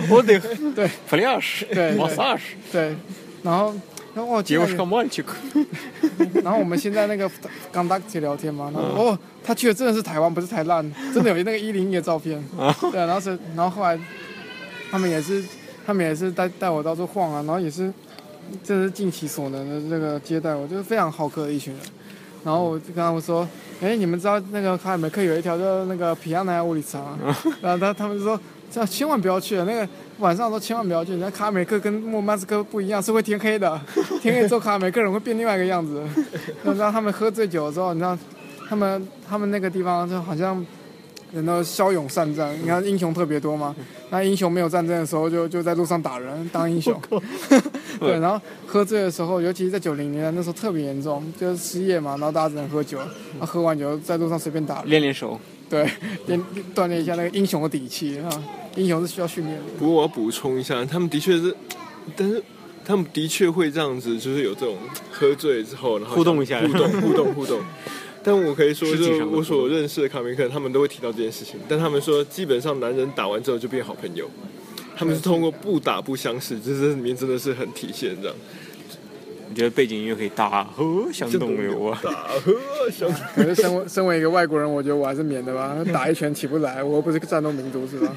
Speaker 1: 我得
Speaker 3: 对
Speaker 1: flash，
Speaker 2: 哎
Speaker 3: 对
Speaker 1: massage，
Speaker 3: 对，然后，然后我
Speaker 1: 结果是个 magic。
Speaker 3: 然后我们现在那个刚大姐聊天嘛，然后、哦，他去的真的是台湾，不是台烂，真的有那个一零一的照片。对，啊然后是，然后后来他们也是，他们也是带带我到处晃啊，然后也是，这是尽其所能的这个接待我，就是非常好客的一群人。然后我就跟他们说，哎，你们知道那个卡尔梅克有一条叫那个皮亚奈乌里察吗？啊然后他他们就说。这千万不要去，啊那个晚上都千万不要去。人家卡尔梅克跟莫曼斯科不一样，是会天黑的。天黑之后，卡尔梅克人会变另外一个样子。你知道他们喝醉酒之后，你知道他们他们那个地方就好像人都骁勇善战，你看英雄特别多嘛。那英雄没有战争的时候就，就在路上打人当英雄。对， (laughs) 然后喝醉的时候，尤其是在九零年代那时候特别严重，就是失业嘛，然后大家只能喝酒，啊、喝完酒在路上随便打人，
Speaker 1: 练练手，
Speaker 3: 对，练锻炼一下那个英雄的底气啊。英雄是需要训练的，
Speaker 2: 不过我要补充一下，他们的确是，但是他们的确会这样子，就是有这种喝醉之后，然后
Speaker 1: 互动一下
Speaker 2: 互动互动互动。
Speaker 1: (laughs)
Speaker 2: 但我可以说，
Speaker 1: 实际上的
Speaker 2: 就
Speaker 1: 互动
Speaker 2: 我所认识的卡梅克，他们都会提到这件事情。但他们说，基本上男人打完之后就变好朋友，他们是通过不打不相识，就是这里面真的是很体现这样。
Speaker 1: 我觉得背景音乐可以大河向东流啊。
Speaker 2: 打呵相
Speaker 3: 可是身为身为一个外国人，我觉得我还是免的吧，打一拳起不来，我又不是个战斗民族是吧？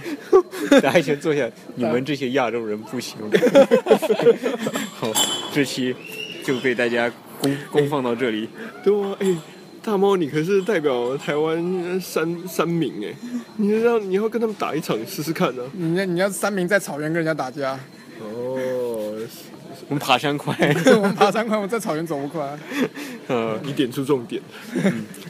Speaker 1: (laughs) 大家先坐下，你们这些亚洲人不行。 (laughs) 好，这期就被大家公公放到这里。
Speaker 2: 对啊，哎、大猫，你可是代表台湾呃三三名哎，你让你要跟他们打一场试试看啊呢、
Speaker 3: 你要你要三名在草原跟人家打架，
Speaker 2: 哦，
Speaker 1: 我们爬山快。
Speaker 3: 我们爬山快，我在草原走不快。
Speaker 1: 呃
Speaker 2: 你点出重点。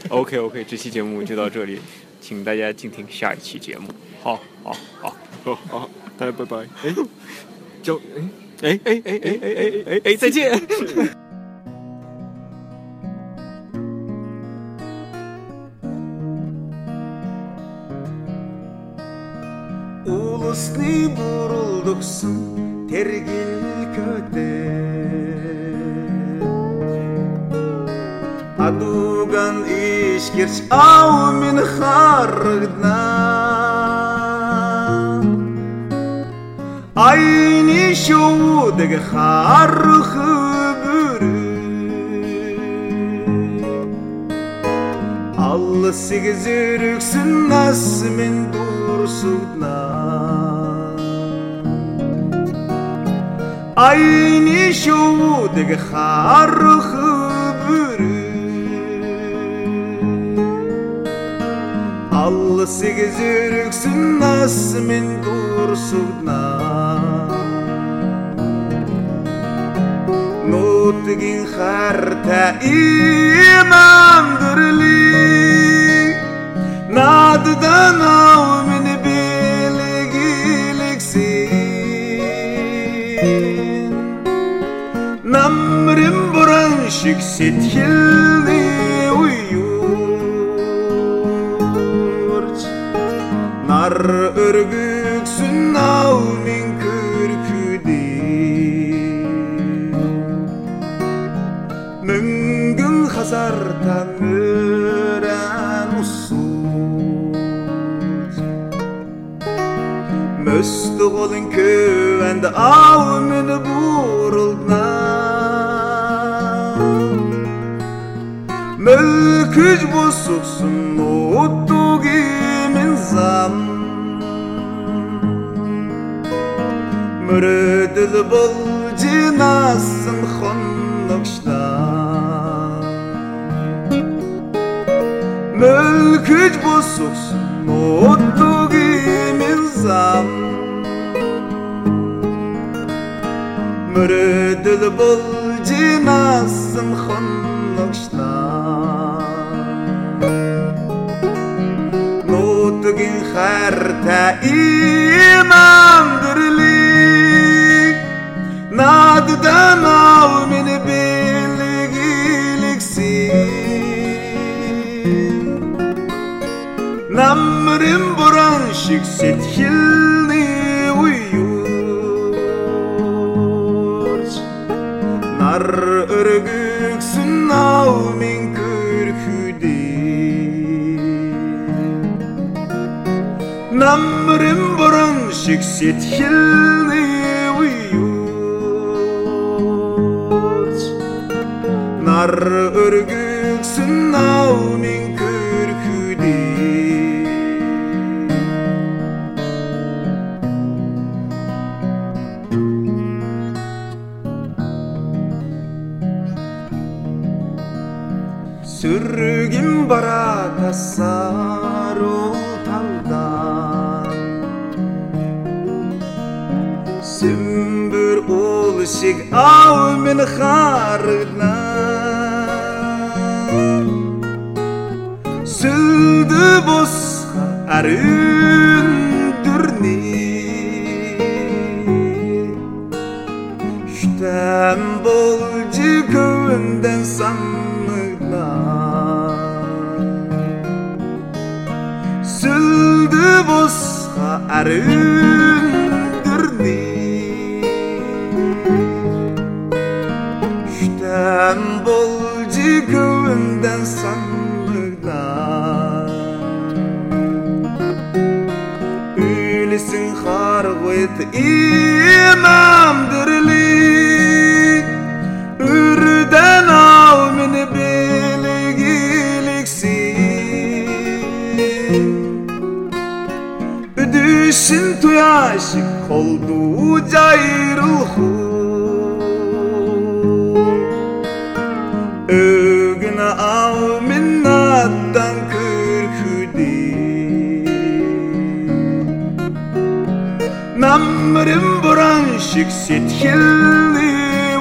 Speaker 1: ，OK (laughs) OK，这期节目就到这里，请大家敬听下一期节目。好，好，好。
Speaker 2: 好哦好，大家拜拜。哎、就哎。
Speaker 1: 哎哎哎哎哎哎哎哎，再见。
Speaker 7: Ulusni burulduksun tergil köde Adugan işkirç av min hargdna Ayni şudeg harhı bürü Аллы сегіз үріксін асымен дұрсудна Айни шоудегі харухы бүрі Аллы сегіз үріксін асымен дұрсудна Ну Үүдгийн харта имам дөрли Надда нав минь билгилэгсин Намрын буран шиг сэтгэлний уюурч Нар өргөксөн нав минь көркүдээ мөнгөн хасар тамөрэн усуус Мөст голын көвэнд ав мэн буурулна Мөлкөж босуксан утугимэн зам Мөрөдөл бол жинасан хонногшна Мөлкөж босуксан утугимэн зам Мөрөдөл бол жинасан хонногшна Нутгийн хайртай имам дэрлиг Наддан ав минь билгилэгсин Намрын буран шиг сэтгэлний уюурч Нар өргөксөн ав минь көрхүдээ Намрын буран шиг сэтгэлний уюурч Нар өргөксөн нав минь көрхүдээ Sürgün bara kasar utandan Sümbür ulşik avmin harına Süldü bosha erün dürni Ştem bolcu kövünden sanmıklar Süldü bozha eründürni Ştem bolcu kövünden sanmıklar Ülesin harvet imamdırlık Ürden avmin bilgiliksin Ödüşün tuyaşık oldu cayrulhu Ögün av minnattan kürküdi Namrın buran şık sitkilli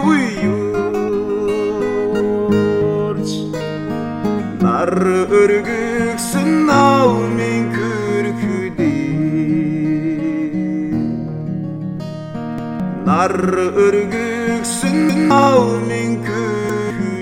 Speaker 7: uyurç Nar örgüksün av min kürküdi Nar örgüksün av min kürküdi